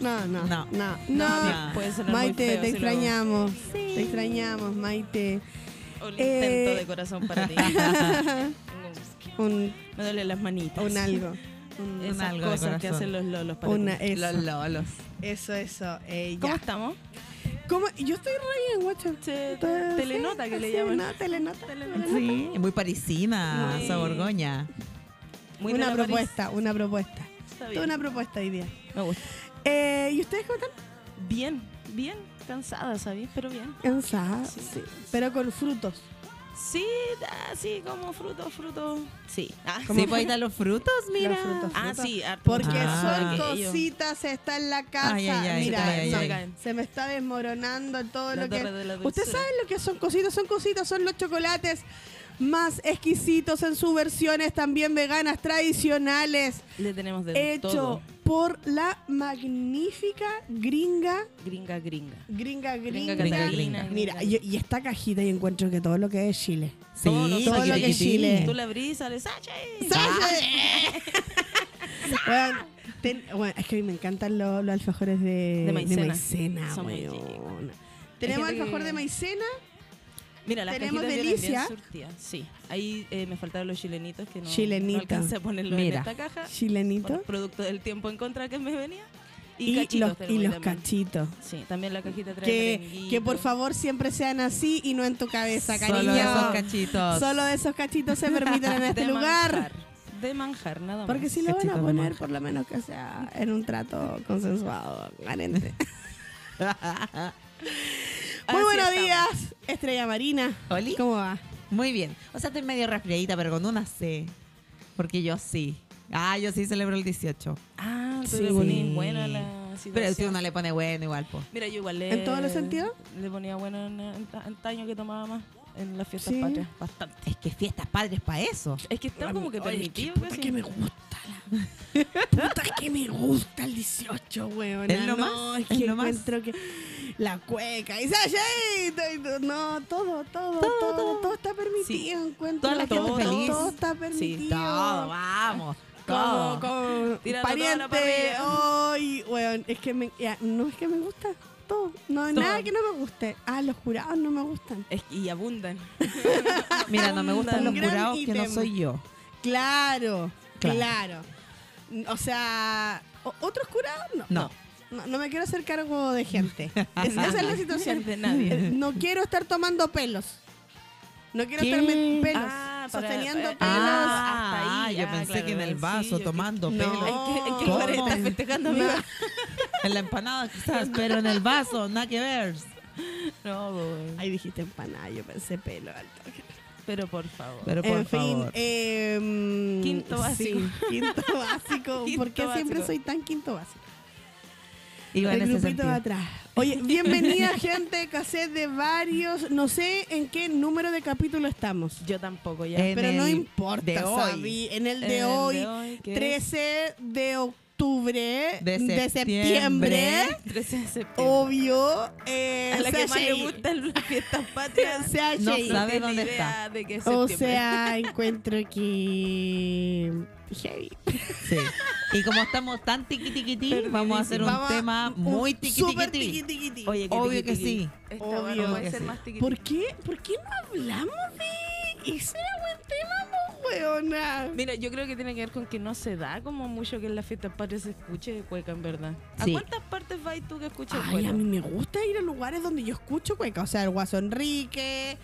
No. No, No, no. puede sonar muy Maite, te feo si lo- extrañamos. Sí. Te extrañamos, Maite. Un intento Eh. de corazón para ti. Ah. Un, Me duele las manitas. un algo. Un- Esas Un algo de cosas que corazón. hacen los lolos para una, ti. eso. Los lolos. eso, eso. eh, ¿Cómo ya. estamos? ¿Cómo? Yo estoy re bien, guacho. Te- Todo- telenota que le sí, llaman. no, telenota. Sí, muy parisina, Muy- esa Borgoña. Muy de una la París. propuesta, una propuesta. Está Toda bien. una propuesta hoy día. Me gusta. Eh, ¿Y ustedes cómo están? Bien, bien. Cansada, ¿sabes? Pero bien. Cansadas, Sí. sí. Pero con frutos. Sí, ah, sí, como fruto, fruto. Sí. Ah, Sí, pues ahí están los frutos, mira. Los frutos. Ah, sí, harto Porque Ah. son mucho ello. cositas, está en la casa. Ay, ay, ay, Mira, ay, ay, no, ay. se me está desmoronando todo La lo que. torre de la Ustedes dulzura. saben lo que son cositas, son cositas, son los chocolates más exquisitos en sus versiones también veganas tradicionales, Le tenemos de hecho todo. por la magnífica gringa, Gringa, gringa. gringa, gringa. Catalina. Mira, y, y esta cajita yo encuentro que todo lo que es Chile. Sí, todo lo que es chiquitín. Chile. Tú la abrís, sale Sachi. Weón, ten- weón, es que a mí me encantan lo- los alfajores de, De maicena. maicena, Son muy weón. ricos. Tenemos Hay gente alfajor que- de maicena. Mira, las Tenemos cajitas delicia. vienen bien surtidas. Sí, ahí eh, me faltaron los chilenitos que no, Chilenito. no alcancé a ponerlo Mira. en esta caja. chilenito Por producto del tiempo en contra que me venía. Y, y, cachitos los, y tenemos ahí los también. cachitos. Sí, también la cajita trae Que, merenguito. que por favor siempre sean así y no en tu cabeza, cariño. Solo de esos cachitos. Solo de esos cachitos se permiten en Ah, De este manjar, lugar. De manjar, nada más. Porque si lo van Cachitos a de poner, manjar. por lo menos que sea en un trato consensuado, carente. Así Ah, Muy buenos estamos. días, Estrella Marina. Oli. ¿Cómo va? Muy bien. O sea, estoy medio resfriadita, pero con una C. Porque yo sí. Ah, yo sí celebro el 18. Ah, tú Sí. le ponías buena la Pero si situación. uno le pone bueno igual, pues. Mira, yo igual le... ¿En todos los sentidos? Le ponía bueno en, en- antaño que tomaba más en las fiestas Sí. patrias. Bastante. Es que fiestas padres para eso. Es que está como que Oye, es permitido. puta pues, casi. que me gusta la. Puta que me gusta el 18, weón. Es lo no, más, es es que lo más. encuentro que la cueca y sayayito y to- no, todo, todo, todo, todo, está permitido, Sí. encuentro. Toda la gente todo, feliz. todo está permitido. Todo, vamos. Como, Todo. como Tíralo todo a pariente, la parrilla. hoy, weón, es que me, ya, no es que me gusta todo, no hay Todo. nada que no me guste. Ah, los jurados no me gustan. Es- y abundan. Mira, no me gustan los Un gran jurados que no ítem. soy yo. Claro, Claro. claro. O sea, ¿o- ¿otros curados? No. No. No, no me quiero hacer cargo de gente. Es- esa es la situación. De nadie. No quiero estar tomando pelos. No quiero estar ¿Qué? met- pelos. Ah, para- sosteniendo pelos. eh, Ah, hasta ahí. yo Ah, pensé claro, que en el sí, vaso yo- tomando No. pelo. ¿En qué, en qué ¿Cómo? lugar estás festejando, No. amiga? En la empanada quizás, pero en el vaso, nada que ver. No, güey. Ahí dijiste empanada, yo pensé pelo alto. Pero por favor. Pero por en fin, eh, favor. em, Quinto básico. sí, quinto básico. Quinto ¿Por qué siempre básico. soy tan quinto básico? Iba El en ese grupito sentido. de atrás. Oye, bienvenida gente, cassette de varios, no sé en qué número de capítulo estamos. Yo tampoco, ya. Eh, En Pero no el importa, de hoy. Sabi. En el En de el hoy, ¿qué es? 13 de octubre, de De septiembre, septiembre. 13 de septiembre. Oh, obvio, eh, a la que más le CHI. gustan las fiestas patrias. CHI. No sabe tiene dónde idea está. De que es O septiembre. sea, encuentro que... Heavy. Sí. Y como estamos tan tiquitiquití, vamos a hacer un Vamos a- tema muy un súper tiquitiquití. tiquitiquití. Oye, qué obvio que tiquitiqui. sí. Esta Obvio weá no que puede ser sí. más tiquitiqui. ¿Por qué, ¿Por qué no hablamos de ese era buen tema, po, weona? Mira, yo creo que tiene que ver con que no se da como mucho que en las fiestas patrias se escuche de cueca, en verdad. ¿A Sí. cuántas partes vas tú que escuchas Ay, cueca? a mí me gusta ir a lugares donde yo escucho cueca. O sea, el Guaso Enrique.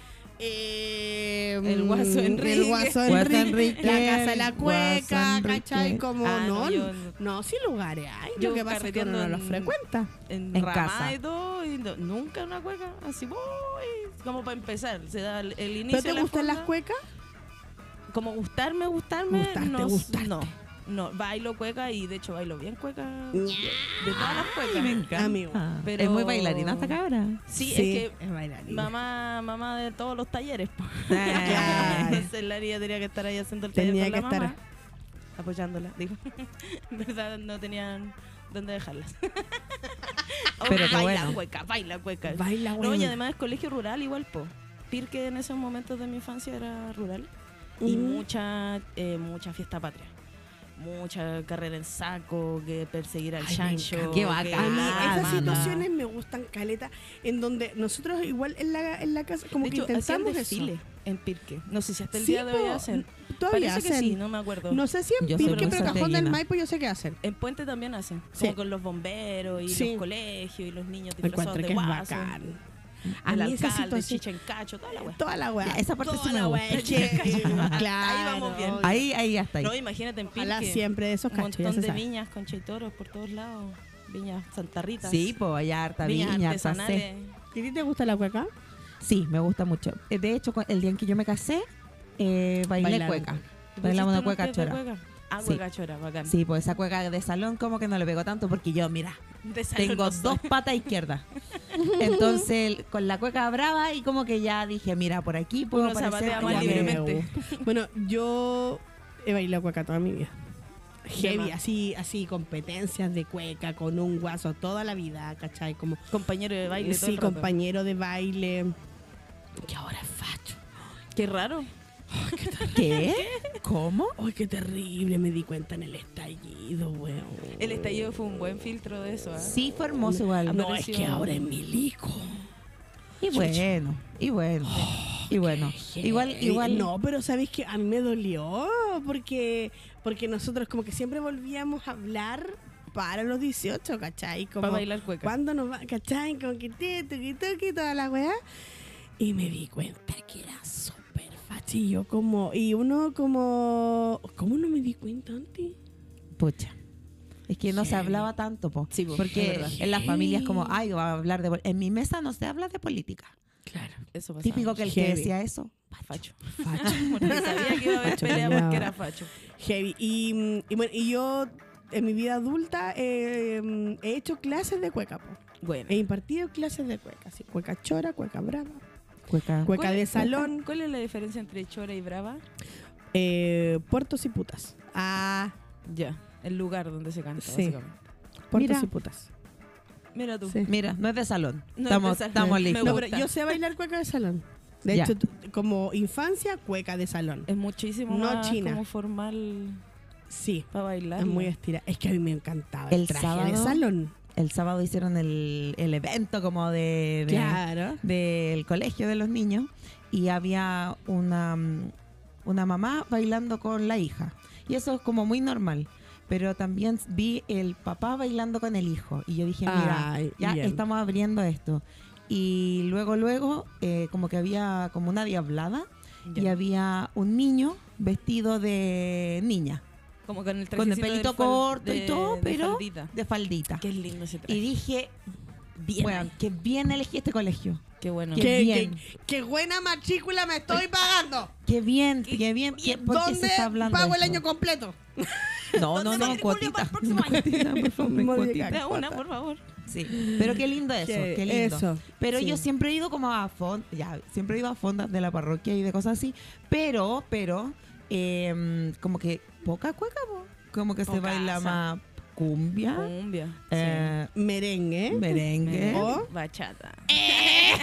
eh, El Guaso Enrique. El Guaso Guaso Enrique, Enrique, La Casa de la Guaso Cueca. Enrique. ¿Cachai? Como, Ah, no. no, yo- No, sí, lugares hay. Lo Yo que pasa es que uno no carreteando los en- frecuenta. En, En ramada casa. y todo, y no- nunca una cueca. Así, voy. Como para empezar, se da el, el inicio. ¿Pero te la gustan las fonda. cuecas? Como gustarme, gustarme. Gustarte, no, gustarte. no. No, bailo cueca y de hecho bailo bien cueca. De todas las cuecas. Amigo. Ah, Pero- Es muy bailarina esta cabra. Sí, es que es bailarina. mamá, mamá de todos los talleres. po. Claro. Entonces la niña tenía que estar ahí haciendo el Tenía taller que con estar. la mamá, apoyándola, digo. en verdad no tenían dónde dejarlas. Oh, Pero qué baila bueno. cueca, baila cueca. Baila, no, y weona. además es colegio rural igual, po. Pirque en esos momentos de mi infancia era rural y Mm. mucha eh, mucha fiesta patria. mucha carrera en saco, que perseguir al Ay, me chancho. encanta. Qué que bacán. A mí Ah, esas manda. situaciones me gustan, Caleta, en donde nosotros igual en la, en la casa, como de que hecho, hacían intentamos desfile eso. en Pirque. No sé si hasta el Sí, día de hoy po, hacen. Todavía Parece que hacen. sí, no me acuerdo. No sé si en Yo soy Pirque, muy pero Cajón del santiaguina. Maipo yo sé que hacen. En Puente también hacen, Sí. como con los bomberos y Sí. los colegios y los niños disfrazados Encuentro de que es guaso, bacán. A el mí esa alcalde, situación... chicha en cacho, toda la wea. Toda la weá. Ya, esa parte Toda sí me la gusta. wea, Es que, eh, claro. Ahí vamos bien. Ahí, ahí, hasta ahí. No, imagínate en Pirque. Ojalá siempre de esos un cachos, ya montón se de sabe. viñas con chaitoros por todos lados. Viñas Santa Rita. Sí, pues allá harta viña, harta artesanales. C. ¿Y a ti te gusta la cueca? Sí, me gusta mucho. Eh, De hecho, cu- el día en que yo me casé, eh, bailé Bailaron. cueca. ¿Te Bailamos pusiste una cueca unos pies de chora. cueca? Ah, Sí. cueca chora, bacán. Sí, pues esa cueca de salón como que no le pegó tanto porque yo, mira, De salón tengo no dos soy. patas izquierdas. Entonces, el- con la cueca brava y como que ya dije, mira, por aquí puedo Uno zapatea aparecer. más Ya me- libremente. Bueno, yo he bailado cueca toda mi vida. Heavy, Demás. así, así, competencias de cueca con un guaso toda la vida, ¿cachai? Como Compañero de baile. todo sí, el rato. compañero de baile. Que ahora es facho. Qué raro. ¿Qué? ¿Cómo? Ay, qué terrible, me di cuenta en el estallido, weón. El estallido fue un buen filtro de eso. ¿ah? Sí, fue hermoso igual. No, es apareció- que ahora es milico. Y bueno, y bueno, Oh, y bueno. Igual, Eh, igual. No, pero sabéis que a mí me dolió porque, porque nosotros como que siempre volvíamos a hablar para los 18, ¿cachai? Como, Para bailar cueca. ¿Cuándo nos va? ¿Cachai? Como que te, tuqui, tuqui, toda la weá. Y me di cuenta que era súper fachillo. Como, y uno como... ¿Cómo no me di cuenta antes? Pucha. Es que no se Heavy. hablaba tanto, po. Sí, po, es porque verdad. en las familias como, Heavy. ay, va a hablar de... pol-". En mi mesa no se habla de política. Claro. Eso pasaba Típico que el que Heavy. decía eso. mucho. Pues, Facho. facho. Porque sabía que iba a haber Facho, pelea no. porque era facho. Heavy. Y, mm, y bueno, y yo en mi vida adulta eh, mm, he hecho clases de cueca, po. Bueno. He impartido clases de cueca, sí, cueca chora, cueca brava, Cueca. cueca ¿Cuál- de salón, ¿Cuál es la diferencia entre chora y brava? eh, puertos y putas. Ah, Ya, el lugar donde se canta, Sí. básicamente. puertos Mira. y putas. Mira tú. Sí. Mira, no es de salón. No es estamos, de salón. estamos Me listos. No, gusta. pero yo sé bailar cueca de salón. De Ya. hecho, t- como infancia, cueca de salón. Es muchísimo No más china. como formal Sí, para bailar. es muy estira. Es que a mí me encantaba el, El traje de sábado. salón. El sábado hicieron el, el evento como de, de- Claro. del colegio de los niños y había una, mm, una mamá bailando con la hija. Y eso es como muy normal. Pero también vi el papá bailando con el hijo. Y yo dije, Ah, mira, Ay, ya bien. estamos abriendo esto. Y luego, luego, eh, como que había como una diablada y Ya. había un niño vestido de niña, Como con el Con el trajecito pelito del fal- corto y de- todo, de pero- faldita. de faldita. Qué lindo ese traje. Y dije, Bien bueno, ahí. que bien elegí este colegio. Qué bueno. Qué Qué- bien. qué- qué buena matrícula me estoy pagando. Qué bien, qué, bien. qué- ¿Por qué se ¿Dónde está hablando pago el esto? año completo? No, no, ¿Dónde no, matriculio para el cuotita. próximo año? Cuotita, por favor, Muy cuotita. bien. Da una, por favor. Sí, pero qué lindo eso, Que- qué lindo. Eso. Pero sí. yo siempre he ido como a fondas, ya, siempre he ido a fondas de la parroquia y de cosas así, pero, pero, eh, como que poca cueca, po. como que se Pocaza. baila más cumbia, Ah. Cumbia. sí. eh, Oh, Merengue. Oh. merengue. O- Bachata. Eh.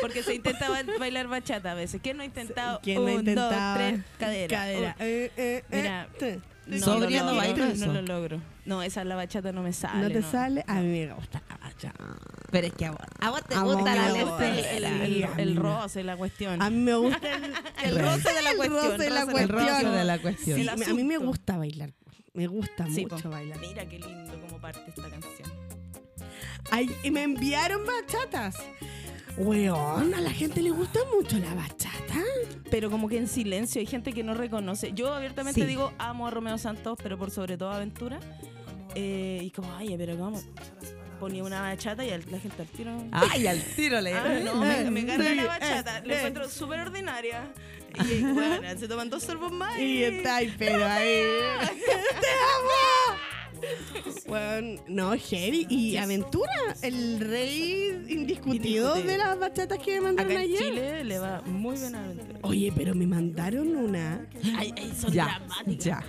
Porque se intenta ba- bailar bachata a veces. ¿Quién no ha intentado? ¿Quién no Un, intentaba? dos, tres, cadera. Cadera. Un- Eh, eh, eh, Mira, te- No, Sobria lo no logro, baila eso. No lo logro. No, esa la bachata no me sale. ¿No te sale? A mí me gusta la bachata. Pero es que a vos, a vos te Amor, gusta la amor. El, lecera. el, Sí, el, amiga. roce, la cuestión. A mí me gusta el, El roce de la el cuestión, roce de la roce de la El rollo cuestión. de la Sí, cuestión. El a mí me asunto. gusta bailar. Me gusta Sí, mucho po. bailar. Mira qué lindo como parte esta canción. Ay, y me enviaron bachatas. Weón, a la gente le gusta mucho la bachata. Pero como que en silencio hay gente que no reconoce. Yo abiertamente Sí. digo amo a Romeo Santos, pero por sobre todo a Aventura. Eh, y como, ay, pero cómo. Ponía una bachata y al- la gente al tiro. Ay, al tiro le Ah, no, me, me encanta Ah, eh, la bachata. eh. La encuentro súper ordinaria. Y bueno, se toman dos sorbos más. Y está ahí, pero ahí. ¡Te amo! Weón, no, heavy. Y Aventura, el rey indiscutido de las bachatas que me mandaron acá en ayer. Chile le va muy bien a Aventura. Oye, pero me mandaron una. Ay, ay, son Ya, dramáticas. ya.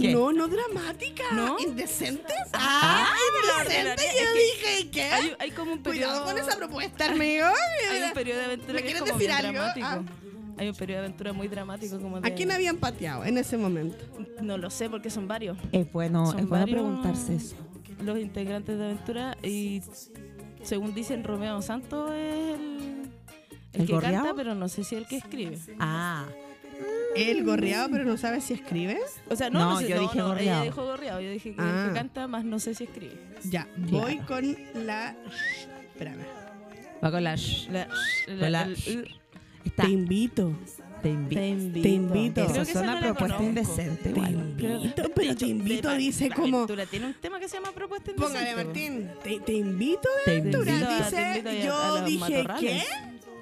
¿Qué? No, no dramática. ¿No? ¿Indecentes? Ah, Ah, indecentes. ordinaria. Yo Es dije, ¿qué? Hay, hay como un periodo. Cuidado con esa propuesta, amigo. Hay un periodo de aventura ¿Me que es quieres como bien decir algo? dramático. Hay un periodo de aventura muy dramático. Como ¿A de- quién habían pateado en ese momento? No lo sé porque son varios. Es bueno, Son es bueno varios preguntarse eso. Los integrantes de aventura y según dicen Romeo Santos es el, el ¿El que gorreado? canta, pero no sé si el que escribe. Ah, El gorreado, pero no sabe si escribe. O sea, no, No, no sé- yo dije ella gorreado. dijo gorreado, yo dije que el Ah. que canta, más no sé si escribe. Ya, voy con la. Espérame. va con la sh. La- la- Hola. el- el- Está. Te invito. Te invito. te invito. invito. Creo que Esa esa es una no la propuesta conozco. indecente Te igual. invito. Creo- de Pero hecho, te invito, de- dice la como. aventura tiene un tema que se llama propuesta indecente. Póngale, po. Martín. Te, te invito de Te aventura. invito a- te Dice, invito a- a eh. yo los dije, ¿qué? matorrales.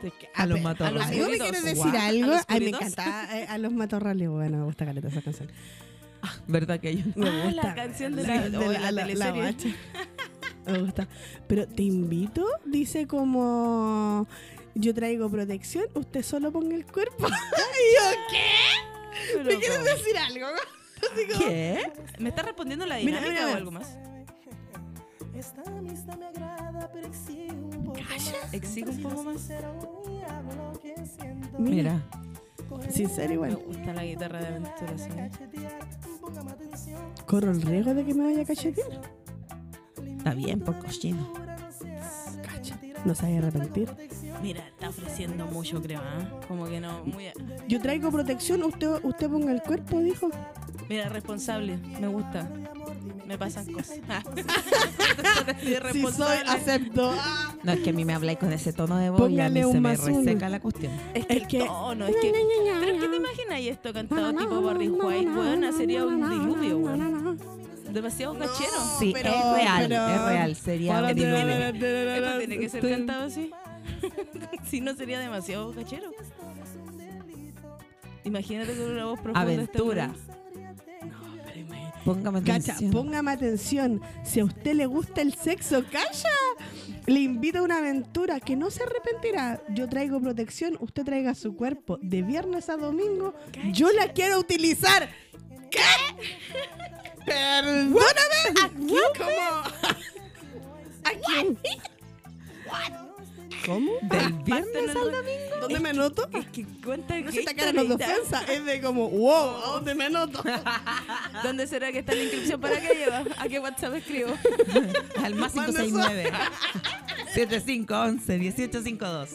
Te- A los ver, matorrales. a los ¿Amigo, me curitos. quieres decir Guau. algo? A los Ay, me curitos. encanta. eh, A los matorrales, bueno, me gusta caleta esa canción. ¿Verdad que hay Me Ah, la gusta. canción de la- oh, la teleserie. guacha. Me gusta. Pero te invito, dice como yo traigo protección, usted solo ponga el cuerpo. y yo, ¿qué? Pero ¿Me quieres como- decir algo? Así como- ¿Qué? ¿Me está respondiendo la Mira, dinámica mira, mira. o algo más? Esta amistad me agrada, pero exige un poco más. Exige un poco más. Mira, Sincero Me igual. gusta la guitarra de aventura. sí. Corro el riesgo de que me vaya a cachetear. está bien por cochino. Cacha. No se vaya a arrepentir. Mira, está ofreciendo mucho, creo. ¿ah? Como que no, muy. Yo traigo protección, usted, usted ponga el cuerpo, dijo. Mira, responsable. Me gusta. Me pasan cosas. Soy Si soy, responsable. acepto. Ah. No, es que a mí me habláis con ese tono de voz y a mí Póngale un se me más uno. reseca la cuestión. Es que Es que- no, no, es que. ¿Pero es que te imaginas esto cantado tipo Barry White? Buena, sería un diluvio, weón. Demasiado cachero. Sí, pero- es real, pero- es real. Sería un diluvio. Esto tiene que ser Estoy- cantado así. si no, sería demasiado cachero. Imagínate con una voz profunda. este Aventura. weón. Póngame Cacha, atención. póngame atención. Si a usted le gusta el sexo, calla. Le invito a una aventura que no se arrepentirá. Yo traigo protección, usted traiga su cuerpo. De viernes a domingo, yo la quiero utilizar. ¿Qué? Perdóname. ¿A quién? ¿Cómo? ¿A quién? ¿Cómo? Del Parte en viernes el- al domingo. ¿Dónde me anoto? Es que cuenta No que se está cara de ofensa, es de como, wow, ¿a dónde me anoto? ¿Dónde será que está la inscripción para qué lleva? ¿A qué WhatsApp escribo? Al más Manda eso. 569. 7511 1852.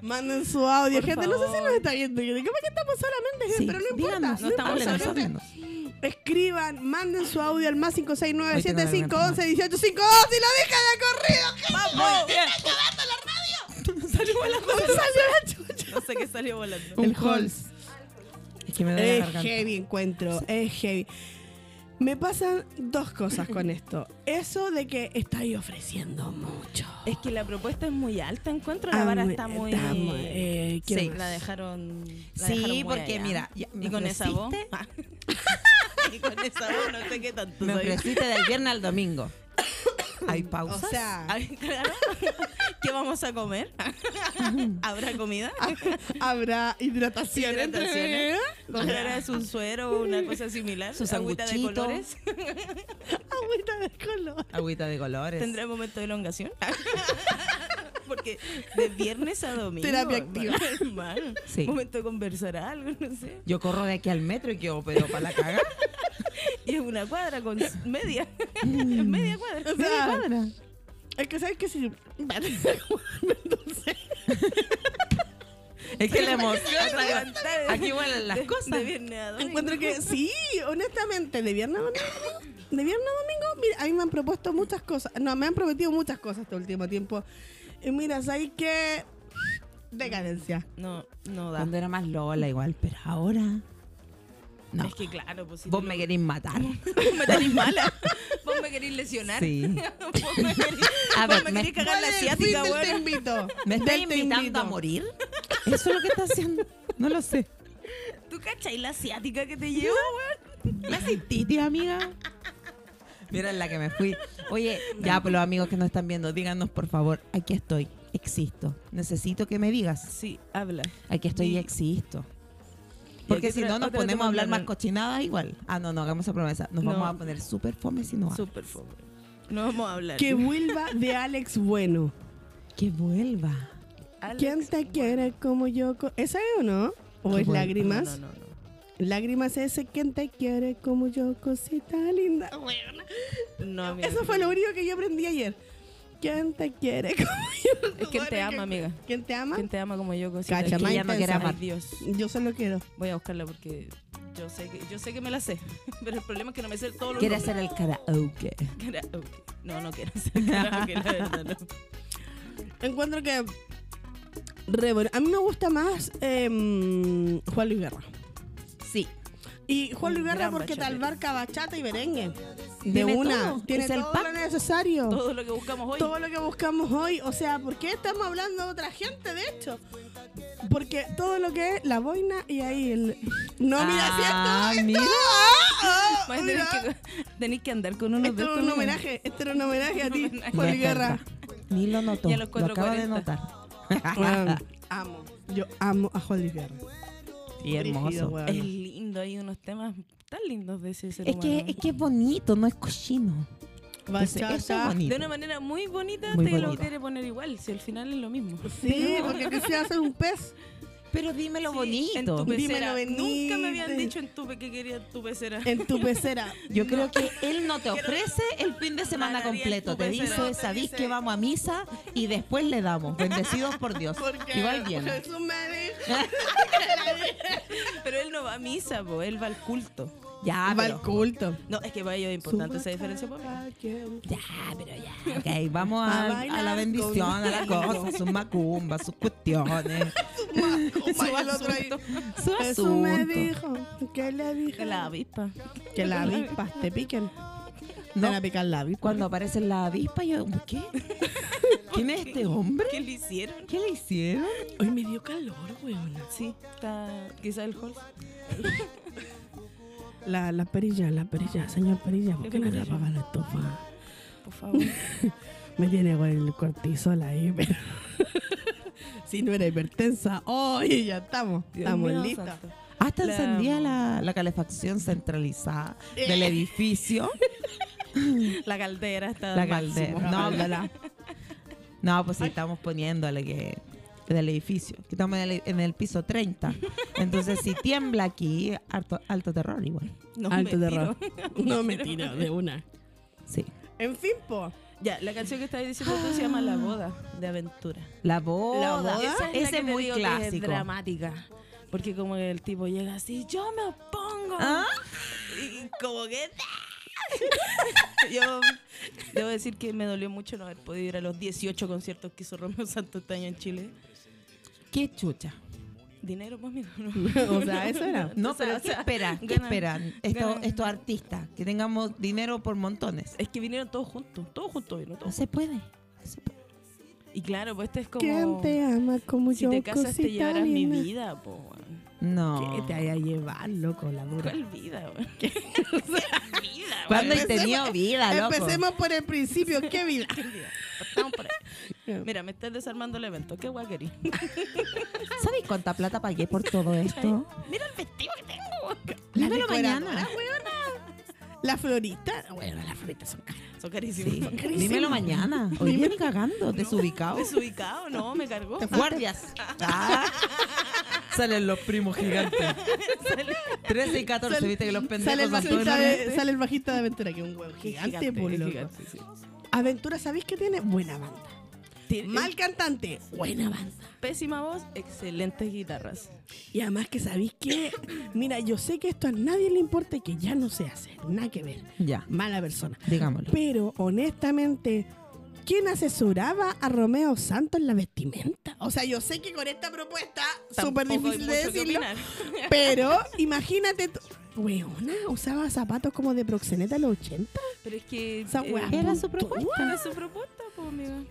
Manden su audio, Por gente. No sé si favor. nos está viendo. Yo digo, ¿para qué estamos solamente, gente? Sí, Pero no importa. díganos, no estamos háblenos, solamente- háblenos. Escriban, manden su audio al más 569 Hoy tengo la 7511 1852 y lo deja de corrido. ¡Vamos! acabando la radio! Salió volando. ¿Cómo salió la chucha? No sé qué salió volando. Un Halls. Es que me duele la Es garganta. heavy encuentro, es heavy. Me pasan dos cosas con esto. Eso de que estáis ofreciendo mucho. Es que la propuesta es muy alta, encuentro. Ah, La vara está muy... Está muy- eh, ¿qué Sí. más? La dejaron... la dejaron Sí, muy porque allá. mira, ya- Y me con esa voz... ofreciste- y con esa voz no sé qué tanto Me soy. ofreciste del viernes al domingo. Hay O pausa. sea, Ay, claro. ¿Qué vamos a comer? ¿Habrá comida? Ah, habrá hidratación. entre Hidrataciones. medio. ¿Comprarás un suero o una cosa similar? ah. Su agüita de sanguchito. colores? Agüita de color. Agüita de colores. ¿Tendrá momento de elongación? Porque de viernes a domingo. Terapia hermano, activa. hermano. Sí. Momento de conversar algo, no sé. Yo corro de aquí al metro y quedo, pero para la caga. Y es una cuadra con s- media. media cuadra. O sea, Es que sabes que si. Entonces, Es que la emoción. Hasta levantar de- Aquí vuelan las de- cosas. De viernes a domingo. encuentro que sí, honestamente, de viernes a domingo. De viernes a domingo, mira, a mí me han propuesto muchas cosas. No, me han prometido muchas cosas este último tiempo. Y mira, sabes que. Decadencia. No, no da. Cuando era más Lola igual, pero ahora. No. Es que claro, pues si Vos tú me lo- queréis matar. vos me tenés mala. Vos me querés lesionar. Sí. vos me querés, A vos ver, me me- querés cagar la ¿Cuál es el asiática, fin del Te weón. invito. ¿Me está Del te invitando invito. a morir? Eso es lo que está haciendo. No lo sé. ¿Tú cachai la asiática que te llevo, weón? ¿Me asististe, amiga? Mira en la que me fui. Oye, ya, por los amigos que nos están viendo, díganos por favor, aquí estoy, existo. Necesito que me digas. Sí, habla. Aquí estoy y Di- existo. Porque aquí si otra- no nos otra ponemos toma a hablar manual. más cochinadas igual. Ah, no, no, hagamos esa promesa. Nos No. vamos a poner súper fome si no. Súper fome. No vamos a hablar. Que vuelva de Alex Bueno. Que vuelva. Alex, ¿Quién te quiere como yo? co- ¿Esa es o no? ¿O Qué es Pues bueno. Lágrimas? No, no, no, no. Lágrimas ese, ¿quién te quiere como yo? Cosita linda. Bueno, No, amiga, eso fue lo único que yo aprendí ayer. ¿Quién te quiere como yo? Es quien te Bueno, ama, que- amiga. ¿Quién te ama? ¿Quién te ama como yo? cosita? Cacha, Que más ella no intensa. quiere amar. Ay, Dios. Yo solo quiero. Voy a buscarla porque yo sé que yo sé que me la sé, pero el problema es que no me sé todos los Quiere nombres. hacer el karaoke. Karaoke. No, no quiero hacer karaoke, la verdad, no. Encuentro que. Re bueno. A mí me gusta más em, Juan Luis Guerra. Sí. Y Juan Luis Un Guerra gran porque te bachatero. albarca bachata y merengue. De Tiene una. todo. Tiene Es el todo pack. lo necesario. Todo. Todo lo que buscamos hoy. lo que buscamos hoy. O sea, ¿por qué estamos hablando de otra gente, de hecho? Porque todo lo que es la boina y ahí el. No, mira, Ah, ¿cierto? mira. Esto- ah, ah, Más mira. tenés, que, tenés que andar con unos Esto de era estos, un ¿no? homenaje. Esto era un homenaje a Un ti, homenaje. Juan Me Luis Guerra. encanta. Ni lo notó. Y a los Lo acaba de 4:40. notar. Weón, amo. Yo amo a Juan Luis Guerra. Y Brígido, hermoso. weón. Es lindo, hay unos temas tan lindos de ese ser Es que, humano. es que es bonito, no es cochino. Entonces, Bachata. eso es bonito. de una manera muy bonita Muy te lo bonita. quiere poner igual, si al final es lo mismo. Sí, porque quisiera hacer un pez. Pero dime lo Sí, En bonito. tu pecera. Dímelo Nunca me bonito. habían dicho en tu pe- que quería tu pecera. En tu pecera. Yo creo que él no te ofrece el fin de semana Manaría completo. en tu Te pecera. dice, Te sabís dice- que vamos a misa y después le damos. Bendecidos por Dios. Porque Igual bien. Jesús Ah, me dijo. Pero él no va a misa, po, él va al culto. Ya, Va pero, al culto. No, es que para ellos es importante esa diferencia. pues, po, amiga. ya, pero ya. Ok, vamos a, A a bailar la bendición, a la conmigo. cosa, sus macumbas, sus cuestiones, Como el otro ahí. su Jesús me asunto. dijo que le dije Que la avispa. que la avispas te piquen. No. Te la pican la avispa. Cuando aparecen las avispas, yo, ¿qué? ¿Quién es este hombre? ¿Qué le hicieron? ¿Qué le hicieron? Hoy me dio calor, weón. Sí, está quizá el Holz. La, la perilla, la perilla, señor perilla, ¿por ¿Qué qué no le perilla? apaga la estufa? Por favor. Me tiene con el cortisol ahí, pero... si no era hipertensa, oye, ya estamos, Dios estamos mío, listas. santo. Hasta La- encendía la, la calefacción centralizada Eh. del edificio. La caldera está. La al caldera. máximo. No, ¿verdad? No, pues si estamos poniéndole que del edificio. Que estamos en el, en el piso 30. Entonces, si tiembla aquí, harto- alto terror igual. No, Alto me terror. tiro. No me tiro de una. Sí. En fin, po. Ya, la canción que estabas diciendo tú se llama La Boda de Aventura. La boda. Esa es la Ese que es te muy digo que Es clásico. dramática. Porque como el tipo llega así, yo me opongo. ¿Ah? Y como que. ¡ah! Yo debo decir que me dolió mucho no haber podido ir a los 18 conciertos que hizo Romeo Santos este año en Chile. Qué chucha. Dinero, pues, amigo. O sea, eso era. No, O sea, pero o ¿qué sea, esperan? ¿Qué ganan- esperan estos, ganan- estos artistas? Que tengamos dinero por montones. Es que vinieron todos juntos, todos juntos vino, No todos. se puede. No se puede. Y claro, pues este es como. ¿Quién te ama como si yo? te casas te cosita llevarás mi linda? vida, po. weón. No. ¿Qué te haya llevar, loco, la dura? ¿Cuál vida, weón? ¿Qué vida, ¿Cuándo he weón? tenido vida, Ah, loco? Empecemos por el principio, qué vida. ¿Qué vida? Partamos por ahí. Mira, me estás desarmando el evento. Qué guay querí. ¿Sabes cuánta plata pagué por todo esto? Mira el vestido que tengo. Dímelo decoradora, mañana. ah, La florita, bueno, las floritas son caras. Son carísimos. Sí. Son carísimos. Dímelo mañana. Hoy día ni cagando, desubicado. Desubicado, no, me cargó. Guardias. Ah. Salen los primos gigantes. 13 y 14, Sale- viste que los pendejos Sale el, son bajista todos de, sale el bajista de Aventura, que es un huevo gigante, Gigante, po, es loco. gigante, sí. Aventura, ¿sabéis qué tiene? Buena banda. Tiene Mal cantante, buena banda. pésima voz, excelentes guitarras. Y además que sabéis que, mira, yo sé que esto a nadie le importa y que ya no se hace, nada que ver. Ya, Mala persona. digámoslo. Pero honestamente, ¿quién asesoraba a Romeo Santos en la vestimenta? O sea, yo sé que con esta propuesta, súper Tampoco hay difícil de mucho que decirlo, opinar. pero imagínate tú. Weona, usaba zapatos como de proxeneta en los 80. Pero es que. Esa eh, weá era su puntúa. propuesta. Era su propuesta, po, amiga.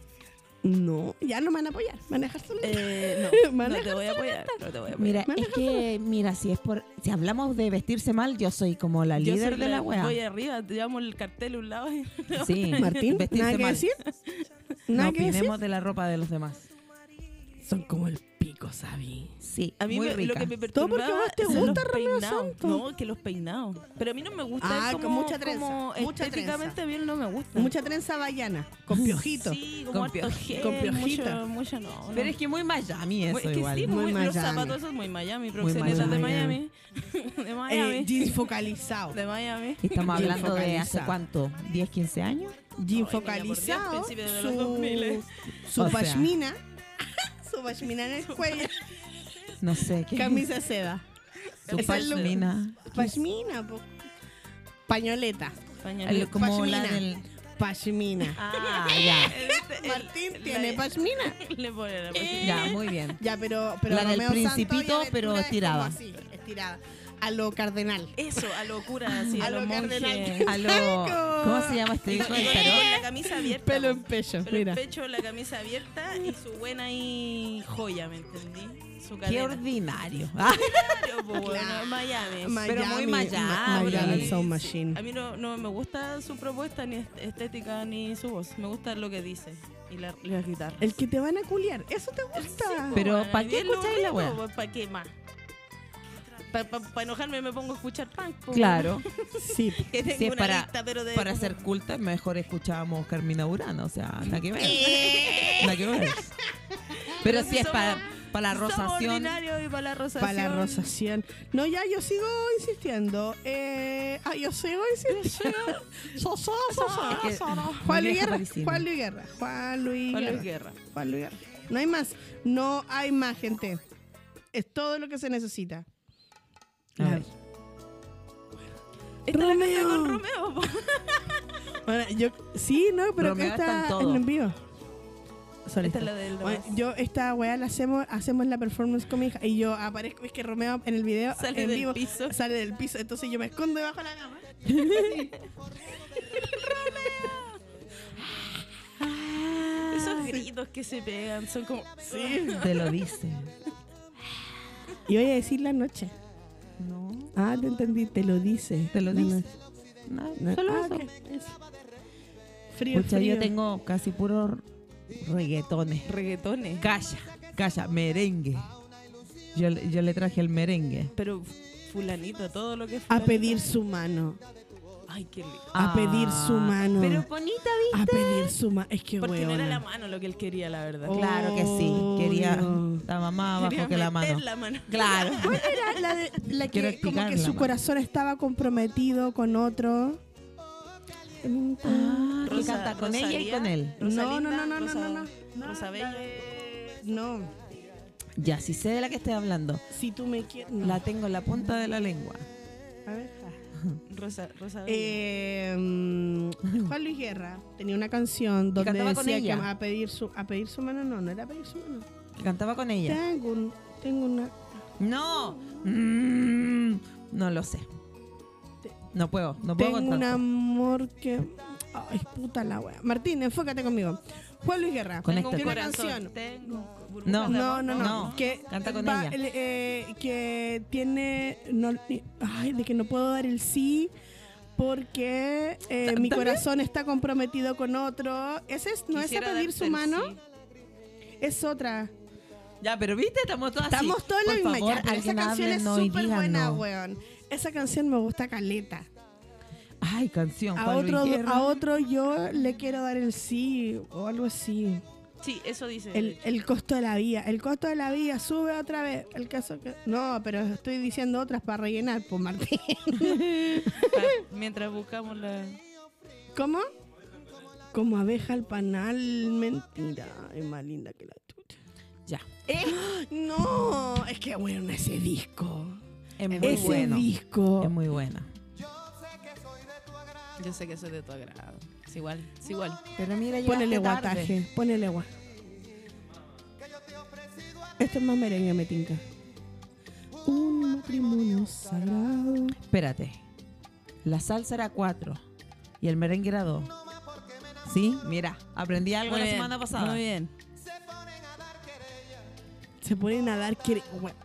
No, ya no me van a apoyar. Van a dejar solo. Eh, no, no Maneja te voy a apoyar. No te voy a apoyar. Mira, es que, mira, si es por. Si hablamos de vestirse mal, yo soy como la Yo líder soy de la wea. Voy arriba, llevamos el cartel a un lado. y- Sí, Eh, Martín, nada vestirse que mal. decir. No Nada que decir. opinemos de la ropa de los demás. Son como el pico. rico, Sabi. Sí, A mí muy me- rica. lo que me Todo porque perturbaba a vos te son gusta los Romeo peinados. Santos. No, que los peinados. Pero a mí no me gusta Ah, es con como, mucha trenza, como mucha estéticamente trenza. bien no me gusta. Mucha trenza vallana, con piojito. Ah. Sí, como Con harto pio- gel, con piojita. mucho- mucha no, no. Pero es que muy Miami eso Pues Muy- es que igual. sí, Muy muy- Miami. los zapatos son muy Miami, proxenetas de Miami. Miami. de Eh, Miami. jeans focalizado. de Miami. Estamos Bien hablando de hace focalizado. cuánto, 10, 15 años. Jean Ay, mira, por Dios, focalizado, principios de los 2000. su, su O sea. pashmina, su pashmina en el cuello, No sé qué. camisa seda, Su Esa es la- pashmina. pashmina, po. pañoleta, Pañal. El- Como Pashmina. la del. pashmina. Ah, ya. Martín Este, el- tiene Eh, la- pashmina. Le pone la Ya, muy bien. Ya, pero, pero La del Romeo Santos y Principito, Aventura pero es como estirada. así, estirada. A lo cardenal. Eso, a locura, así, A a, lo los monjes. cardenal. A lo- ¿Cómo se llama este Y disco con, del con tarot? la camisa abierta. Pelo po. en pecho, Pero mira. el pecho, la camisa abierta y su buena y joya, ¿me entendí? Su Qué cadena. ordinario. Ah, Claro, pues, po, bueno, Miami. Pero muy Ma- Miami. Miami Sound Sí, Machine. Ah, A mí no, no me gusta su propuesta, ni est- estética, ni su voz. Me gusta lo que dice y la, la guitarra. El que te van a culiar, eso te gusta. Pero, ¿pa' qué escucháis la wea? ¿Para qué más? Para enojarme me pongo a escuchar punk. po. claro. sí. Que tengo Si es una para- lista, pero de Para ser culta, mejor escuchábamos Carmina Burana. O sea, nada que ver. Eh. Nada que ver. Pero si es para la rosación. ordinario y para la rosación. Para la rosación. No, ya, yo sigo insistiendo. Eh, ah, yo sigo insistiendo. Sosó, sosó, Es que- sosó. muy Juan Luis vieja Guerra, parisina. Juan Luis Guerra, Juan Luis Para la Guerra, guerra. Juan Luis Guerra. No hay más, no hay más, gente. Es todo lo que se necesita. A ver. Esta es la que está con Romeo. Romeo. po. Bueno, yo, sí, no, pero que Romeo está en está todo. en, vivo. Esta es la del Bueno, yo esta weá la hacemos, hacemos la performance con mi hija y yo aparezco, es que Romeo en el video Sale en del vivo, piso. sale del piso, entonces yo me escondo debajo de la cama. Esos gritos que se pegan son como. Ah, Sí. Te lo dice. Y voy a decir la noche. No. Ah, te entendí, te lo dice. Te lo La dice. noche. no, No- solo ah, eso. ok, eso. Frío, Pucha, frío. yo tengo casi puros reggaetones. Reggaetones. Calla, calla, merengue. Yo, le- yo le traje el merengue. Pero fulanito, todo lo que es A fulanito. pedir su mano. Ay, qué lindo. A Ah, pedir su mano. Pero bonita, vi. A pedir su mano. Es que Porque no era hueona. la mano lo que él quería, la verdad. Oh, Claro que sí. Quería no. la mamá abajo Quería que la meter mano. La mano. Claro. ¿Cuál era la, de- la que como Quiero que explicarla, su ma. corazón estaba comprometido con otro? Ah, que Rosa- canta con ella y Rosalía. con él. no, no, Rosalinda, no, no, no, Rosa- no, no. Rosabella. la de- No, Ya, sí sé de la que estoy hablando. si tú me quieres. La tengo en la punta de la lengua. A ver. Rosa, Rosa Eh, mm, Juan Luis Guerra tenía una canción donde Em, cantaba con decía que ella. a pedir su a pedir su mano no, no era a pedir su mano. Que cantaba con ella. Tengo un- tengo una No. Mm, no lo sé. No puedo, no puedo tengo un contar. amor que ay puta la wea. Martín, enfócate conmigo. Juan Luis Guerra. Con- este Tengo un conéctate. corazón. Canción. Tengo burbujas No. de No, amor. no, no, No, Que canta con ella. el- eh, que tiene no, ni- ay, de que no puedo dar el sí porque eh, mi ¿También? corazón está comprometido con otro. Ese es, no Quisiera es a pedir darte su el mano, sí. es otra. Ya, pero viste, estamos todas así. Estamos todos en la Ah, Por misma favor, ya, pero Esa alguien canción es háblenos y súper buena, díganos. weón. Esa canción me gusta caleta. Ay, canción. A Juan Luis otro, Guerra. a otro yo le quiero dar el sí o algo así. Sí, eso dice. El, el costo de la vida. El costo de la vida sube otra vez. El caso que. No, pero estoy diciendo otras para rellenar, pues Martín. Pa- mientras buscamos la. ¿Cómo? Como abeja al panal. Mentira. Es más linda que la tuya. Ya. No, es que bueno ese disco. Es muy ese bueno. disco. Es muy buena. Yo sé que soy de tu agrado. Es igual, es igual. Pero mira, Ponele guataje, ponele guá. Esto es más merengue, me tinca. Un matrimonio sagrado. Espérate. La salsa era 4 y el merengue era 2. ¿Sí? Mira, aprendí algo la semana pasada. Muy bien. Se ponen a dar quere... weón.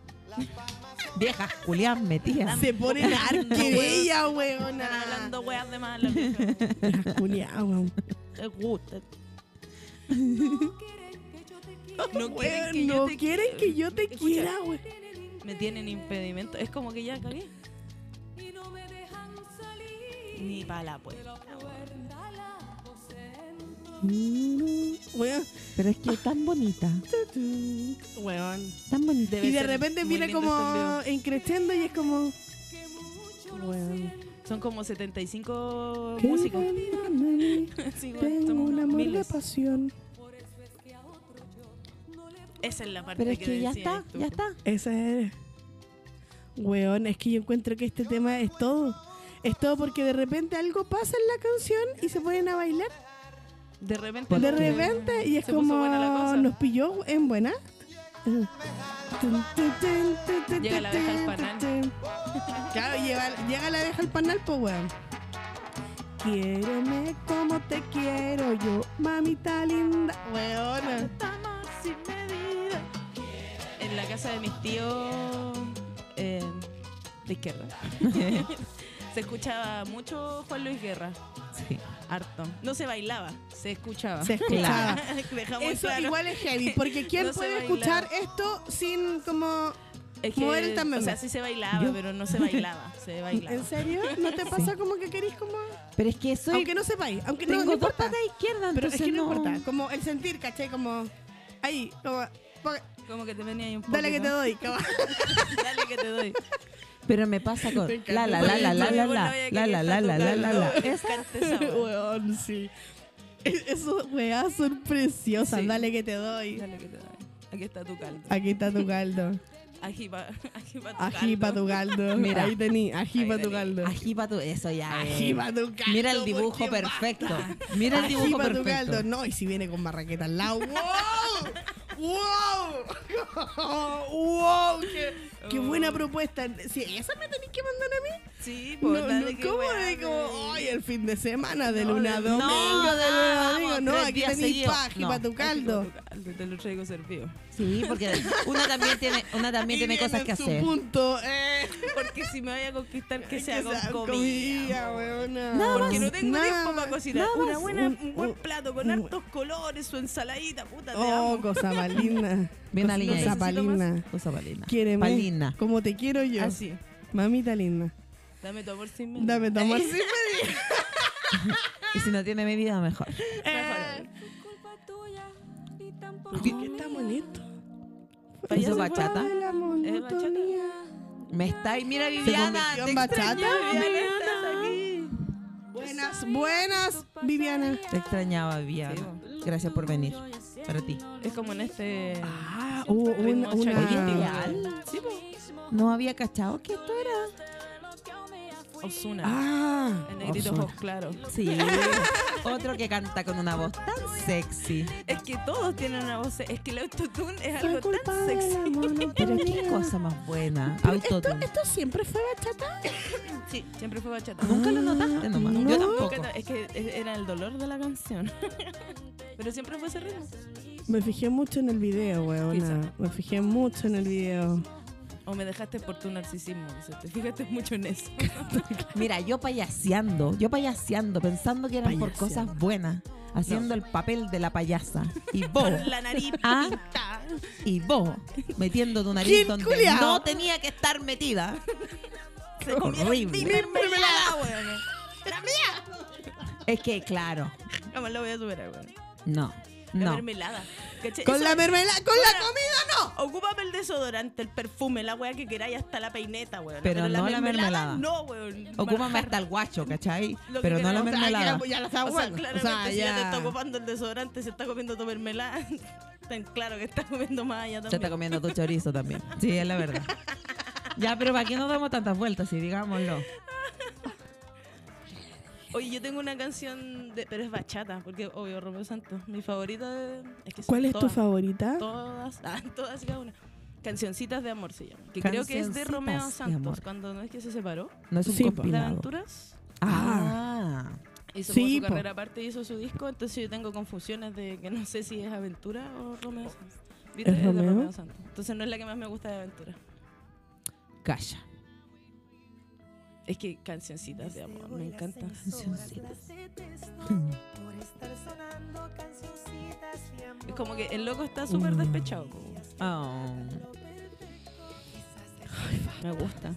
Viejas culiadas metidas. Se ponen a dar querella, weona. Están hablando weas de mala. vieja. Las culiadas, weón. Te gusta. quieres que yo No te quiera. quieren Weón, que yo no te quieren que yo te Escucha. quiera, güey. me tienen impedimento. Es como que ya cagué. Ni para la puerta. Weón. Pero es que es tan bonita, Weón. tan bonita. Y de repente viene este como increciendo y es como. Weón. Son como 75 Qué músicos. buena mami, Sí, bueno, Tengo son un amor de miles. pasión. Esa es la parte Pero es que ya decías está, tú. ya está. Esa es. Weón, es que yo encuentro que este tema es todo. Es todo porque de repente algo pasa en la canción y se ponen a bailar. De repente. De no- repente y es se puso como buena la cosa. nos pilló en buena. Tun, tun, tun, tun, tun, Llega la abeja al panal. tun, tun. Claro, lleva- llega la abeja al panal, pues weón. Quiéreme como te quiero yo, mamita linda. Weona. Estamos sin medida. En la casa de mis tíos eh, de izquierda. se escuchaba mucho Juan Luis Guerra. Sí. Harto. No se bailaba, se escuchaba. Se escuchaba. Claro. Dejamos Eso claro. igual es heavy, porque ¿quién No se puede bailaba. escuchar esto sin como... Es mover el que, tambor. o sea, sí se bailaba, pero no se bailaba. Se bailaba. ¿En serio? ¿No te pasa como que querís como... Pero es que soy. Aunque no sepáis, aunque no, tengo no dos importa. patas izquierdas, Pero es entonces que no, importa, como el sentir, ¿cachai? Como ahí, como po- Como que te venía ahí un poco. dale que te doy, como- Dale que te doy. Pero me pasa con Me encanta. la la la la la la la Bueno, la ya que la la la está la la la la. tocando, canta esa weá. Weón, sí. Es- Esas weas son preciosas, Sí. dale que te doy. Dale que te doy. Aquí está tu caldo. Aquí está tu caldo. Ají pa, ají pa tu Ají pa' tu caldo. caldo. Mira. Ahí tení, ají Ahí pa' tu tení. caldo. Ají pa' tu eso ya. es. Ají pa' tu caldo. pues, Mira el porque dibujo va. perfecto. Mira el Ají dibujo pa' tu caldo. perfecto. No, y si viene con marraqueta al lado. ¡Wow! ¡Wow! ¡Wow! ¡Qué, qué buena Oh. propuesta! Sí, esa me tenés que mandar a mí. Sí, No, pues no, dale que ¿Cómo weá, de como, güey. ay, el fin de semana, de No, luna a de- domingo, no, de luna a vamos, domingo? No, tres aquí días tenéis seguidos. paji No, para tu caldo. Ají pa' tu caldo, Te lo traigo servido. Sí, porque una también tiene una también tiene Y cosas viene que su hacer. punto, eh, Porque si me vaya a conquistar, que que sea con sea comida. comida, weona. Nada Porque no tengo Nada tiempo más. para cocinar. nada Una más. buena, Un- un buen un- plato con un- hartos colores, su ensaladita, puta, te Oh, amo. cosa más linda. Bien Cosa- alineada. Cosa palina. Usa palina. Quiéreme Palina. como te quiero yo. Así. Mamita linda. Dame tu amor sin menos. Dame tu amor sin Y si no tiene medida mejor. Eh, medida. ¿Por qué estamos en esto? Payaso Se fue bachata. de la ¿Es bachata? monotonía. Me está y mira Viviana, convirtió te en bachata, extrañaba, Viviana. Viviana. Buenas, buenas, Viviana. Te extrañaba Viviana. Gracias por venir. Para ti. Es como en este. Ah, hubo ritmo una, una- chacarera. Oye, Sí, po. No había cachado que esto era. Ozuna. Ah, el negrito Ozuna. ojos claros. Sí. Otro que canta con una voz tan sexy. Es que todos tienen una voz. Es que el autotune es Fue algo culpa tan de sexy. la Pero qué monotonía. cosa más buena. Pero esto, Autotune. esto siempre fue bachata. Sí, siempre fue bachata. Nunca lo notaste nomás. No. Yo Nunca tampoco. ta- es que e- era el dolor de la canción. Pero siempre fue ese ritmo. Me fijé mucho en el video, weona. Me fijé mucho en el video. O me dejaste por tu narcisismo. dice, Te fijaste mucho en eso. Mira, yo payaseando, yo payaseando, pensando que eran por Payaseando. cosas buenas, haciendo el papel de la payasa. Y vos, Con la nariz Ah. pintada. y vos, metiendo ¿Quién, tu nariz donde culiao? no tenía que estar metida. Se comieron horrible. mi mermelada, weón. ¡La mía! Es que, claro, Jamás lo voy a superar, weón. no, La no. mermelada. ¿Cachai? Con Eso- la mermelada, con la Bueno. comida no. Ocúpame el desodorante, el perfume, la weá que queráis, hasta la peineta, weón. Pero no la mermelada. No, weón. Ocúpame Manjar. hasta el guacho, ¿cachai? Lo que Pero no la queremos, mermelada. O sea, ya, ya la estaba O sea, jugando. claramente, si ya te está ocupando el desodorante, se está comiendo tu mermelada. Tan claro que está comiendo más allá Se está también. comiendo tu chorizo también. Sí, es la verdad. Ya, pero ¿para qué nos damos tantas vueltas? Y digámoslo. Oye, yo tengo una canción, de, pero es bachata, porque obvio, Romeo Santos, mi favorita de- es que son ¿Cuál es tu todas, favorita? Todas, ah, todas y cada una. Cancioncitas de amor se llama. Que creo que es de Cancioncitas Romeo de Santos, amor. cuando no es que se separó. No es un Sí, po. De compilado. aventuras. Ah. Hizo Sí, como su po. carrera aparte y hizo su disco, entonces yo tengo confusiones de que no sé si es Aventura o Romeo Santos. ¿Viste? ¿Es de Romeo? Romeo Santos. Entonces no es la que más me gusta de Aventura. Calla. Es que cancioncitas de amor, me encanta. Cancioncitas. Mm. Por estar sonando cancioncitas de Es como que el loco está Ah. súper despechado. po. Oh. Me gusta.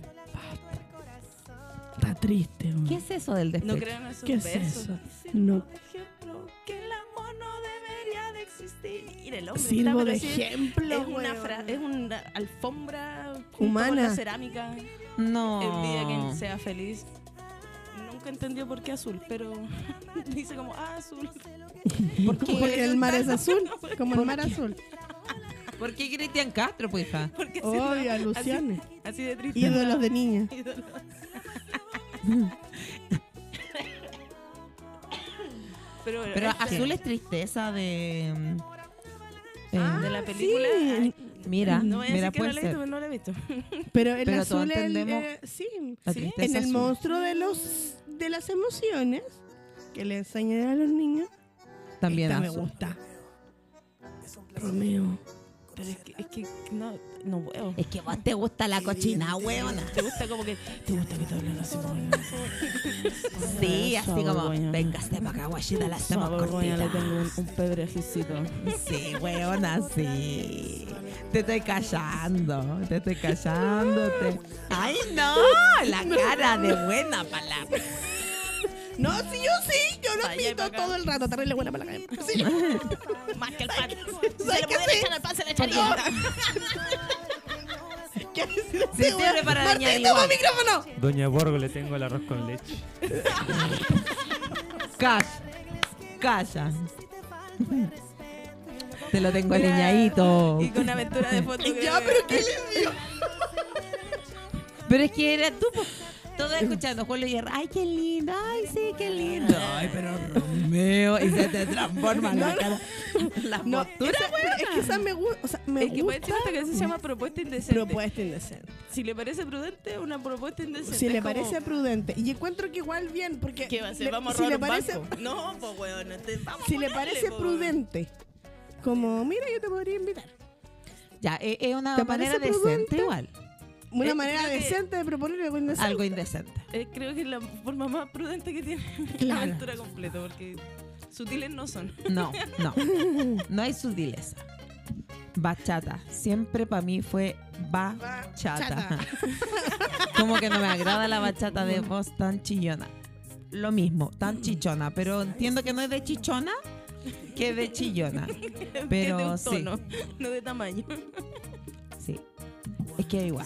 Está triste, weón. ¿Qué es eso del despecho? No creo en esos ¿Qué es besos. eso? No. No. Por ejemplo, que el amor no debería de existir. Mira, el hombre está, Sirvo pero de sí, ejemplo, es una, weón. fra- es una alfombra junto Humana. con la cerámica. No. Envidia a Oh. quien sea feliz. Nunca entendió por qué azul, pero dice como, ah, azul. ¿Por qué, Porque el mar es azul, como el mar azul. por qué Cristian Castro, pues, hija? Porque si no, Obvio, alusiones. Así, así de triste. Ídolos de niña. Ídolo. pero Pero este, azul es tristeza de. mm, Ah, eh, de la película. sí. ay, mira, no voy a mira, decir que no puede la he visto, ser. pero no la he visto. Pero el Pero todos azul es el, entendemos- eh, sí, La sí, tristeza en el azul. monstruo de los de las emociones que le enseñan a los niños. También Esta me azul. gusta. Romeo. Pero es que, es que no, no puedo. Es que vos te gusta la cochina, hueona. Te gusta como que. Te gusta que te hablen así. Sí, así como, Saborgoña. vengaste para acá, guachita, la estamos Saborgoña, le cortita. tengo un, un pebrejicito. Sí, hueona, sí. Te estoy callando, te estoy callando. te- ¡Ay, no! La cara de buena palabra. No, sí, yo sí, yo lo Vaya, admito bacán. todo el rato, terrible buena para la calle. Sí, Más que el pan. Si ¿sabes le qué pudiera sí? echar al pan, se le echaría. ¿Qué haces? Sí, sirve para dañar Martín, igual. toma micrófono. Doña Borgo le tengo el arroz con leche. Calla, calla. Te lo tengo aliñadito. Y con aventura de foto. Oh. Ya, pero ¿qué le dio? Pero es que era tú. po. Todos escuchando Juan Luis Guerra. ¡Ay, qué lindo! ¡Ay, sí, qué lindo! ¡Ay, pero Romeo! Y se te transforma la cara. La No, postura, esa- pero es que esa me gusta, o sea, me Es que puede gusta ser que eso se llama propuesta indecente. propuesta indecente. Si le parece prudente, una propuesta indecente. Si Es le como, parece prudente y encuentro que igual bien porque ¿Qué va a ser? le- Vamos a si robar le un parece banco. No, pues weón, te- vamos a si le ponerle, pues, parece po, prudente como mira yo te podría invitar Ya, e- es una ¿Te manera parece decente igual. una Eh, manera creo que- decente de pues, proponer algo indecente Algo indecente. weón. Eh, creo que es la forma más prudente que tiene la Claro. aventura completa, porque sutiles no son. No, no. No hay sutileza. Bachata. Siempre para mí fue bachata. Bachata. Como que no me agrada la bachata de voz tan chillona. Lo mismo, tan chichona. Pero entiendo que no es de chichona que de chillona. Pero de un sí. tono, no de tamaño. Sí. Es que igual.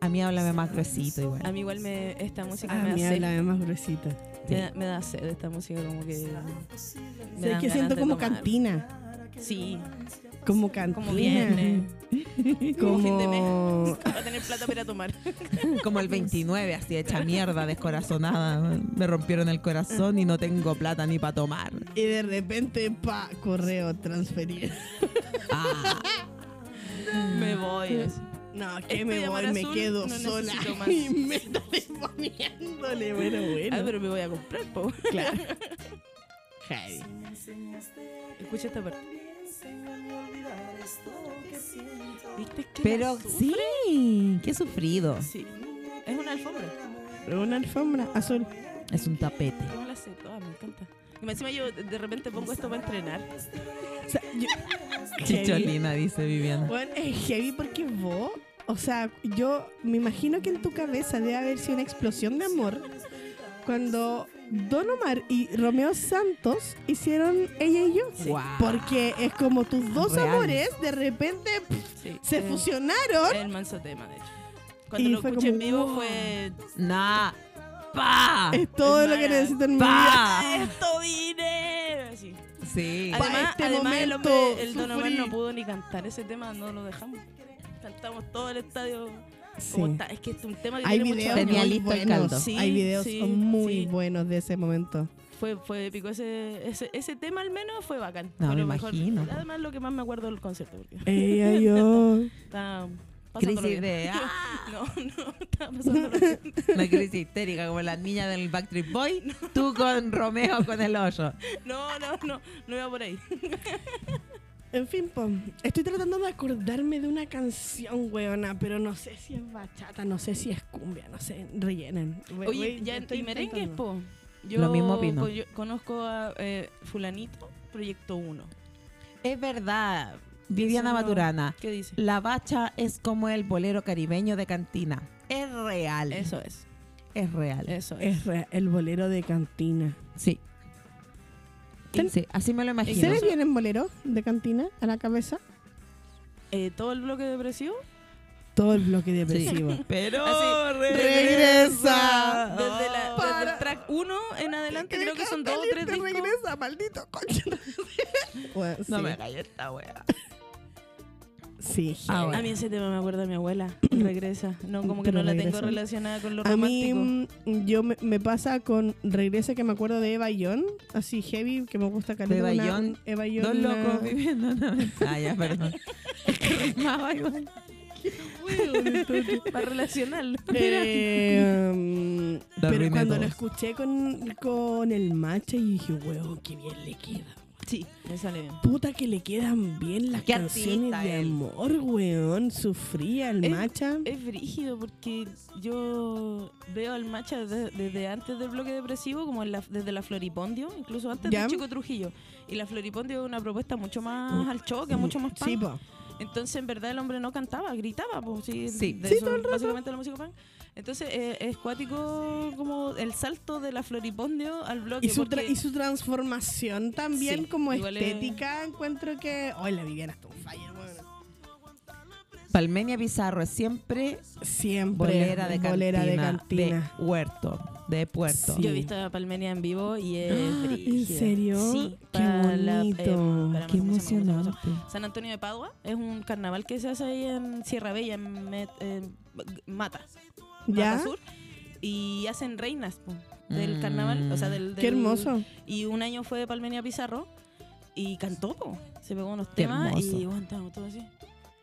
A mí háblame más gruesito A igual. mí igual me, esta música Ah, me da mira, sed. la de más gruesita Me da, me da sed esta música como que... me es dan que ganas siento de como tomar. cantina Sí, como cantina como viernes, como fin de mes. como Va a tener plata para tomar. Como el 29, así hecha mierda, descorazonada. Me rompieron el corazón y no tengo plata ni para tomar. y de repente pa correo transferir Ah, Ah. Me voy. así. no que Este me llamar voy me azul, quedo no sola necesito más. y me estaré poniéndole bueno bueno Ah, pero me voy a comprar, po. claro Heavy. Escucha esta parte. ¿Viste que pero la su- sí, qué sufrido. Sí. Es una alfombra. Pero una alfombra azul Es un tapete. Yo me la sé toda, me encanta. Y encima yo de repente pongo esto para entrenar. O sea, yo- Heavy. Chicholina, dice Viviana. Bueno, es heavy porque vos, o sea, yo me imagino que en tu cabeza debe haber sido una explosión de amor cuando Don Omar y Romeo Santos hicieron ella y yo. Sí. Guau. Porque es como tus dos Real. amores de repente pff, Sí. se Eh, fusionaron. El manso tema, de hecho. Cuando Y lo fue escuché en como, vivo wow. fue. Nah. Pa. es todo es lo que mala. necesito en mi vida. Pa. ¡Esto dinero! Así. Sí. Ah. Pa' Además, este además el momento hombre, el Don Omar sufrí. no pudo ni cantar ese tema, no lo dejamos. Cantamos todo el estadio. Sí. Como está- Es que es un tema que Hay tiene videos mucho Tenía muy listo el caldo. buenos. Sí, Hay videos sí, muy sí. buenos de ese momento. Fue, fue épico, ese, ese, ese tema al menos fue bacán. No, Fue me lo mejor. imagino. Además, lo que más me acuerdo del concierto. Porque Ella y yo. estaba pasándolo Crisis bien. de. ah, No, no, estaba pasándolo bien. una crisis histérica, como la niña del Backstreet Boy. Tú con Romeo con el hoyo. No, no, no, no iba por ahí. En fin, po, estoy tratando de acordarme de una canción, weona, pero no sé si es bachata, no sé si es cumbia, no sé, rellenen. We- Oye, we- ya, estoy y merengues, intentando. po. Yo pues, Lo mismo opino. co- yo conozco a eh, Fulanito, Proyecto 1. Es verdad, Viviana Eso no- Maturana. ¿Qué dice? La bacha es como el bolero caribeño de cantina. Es real. Eso es. Es real. Eso es. Es re- el bolero de cantina. Sí. Ten- Sí, así me ¿Se lo imagino. le vienen boleros de cantina a la cabeza? Eh, ¿Todo el bloque depresivo? Todo el bloque Sí. depresivo. Pero Así, regresa. Desde, la- desde Para. el track 1 en adelante, creo que son dos o tres Te discos. regresa, maldito concha. Bueno, No Pues, sí. me hagáis esta wea. Sí. Ahora. A mí ese tema me acuerda de mi abuela. Regresa. No, como que Pero no la regresa. tengo relacionada con lo A mí romántico. mm, yo me, me pasa con regresa que me acuerdo de Eva Young, así heavy que me gusta caleta, Eva una- Young, un- Eva Young, Dos una- locos viviendo en una Ah, ya, perdón. Es que rimaba igual. Para relacionarlo. Eh, mm, Lo pero arruiné cuando todo. lo escuché con, con el macho y dije, weón, qué bien le queda. Sí, me sale bien. Puta que le quedan bien las Qué canciones artista de él. amor, weón. Sufría el Es- macha. Es brígido porque yo veo al Macha de- desde antes del bloque depresivo, como en la- desde la Floripondio, incluso antes ¿Ya? de Chico Trujillo. Y la Floripondio es una propuesta mucho más al choque, mucho más punk. Sí, po. Entonces, en verdad, el hombre no cantaba, gritaba. Pues, sí, Sí. de Sí, eso Básicamente la música punk. Entonces, eh, es cuático como el salto de la Floripondio al bloque. Y su, tra- porque- y su transformación también Sí, como igual es- estética, encuentro que... Hoy la Viviana está un fire, weón. Palmenia Pizarro es siempre Siempre. bolera de cantina. bolera de cantina. de huerto, de puerto. Sí. Yo he visto a Palmenia en vivo y es Ah, ¿En brígida. serio? Sí, Qué para la- eh, bonito. para Qué Mazamoso, Mazamoso, Mazamoso. emocionante. San Antonio de Padua es un carnaval que se hace ahí en Sierra Bella, en, Met- en Mata, ¿Ya? Mata Sur. Y hacen reinas po, del Mm. carnaval. O sea, del, Qué del- hermoso. Y un año fue de Palmenia Pizarro y cantó, po. se pegó unos Qué temas hermoso. y bueno, estábamos todos así.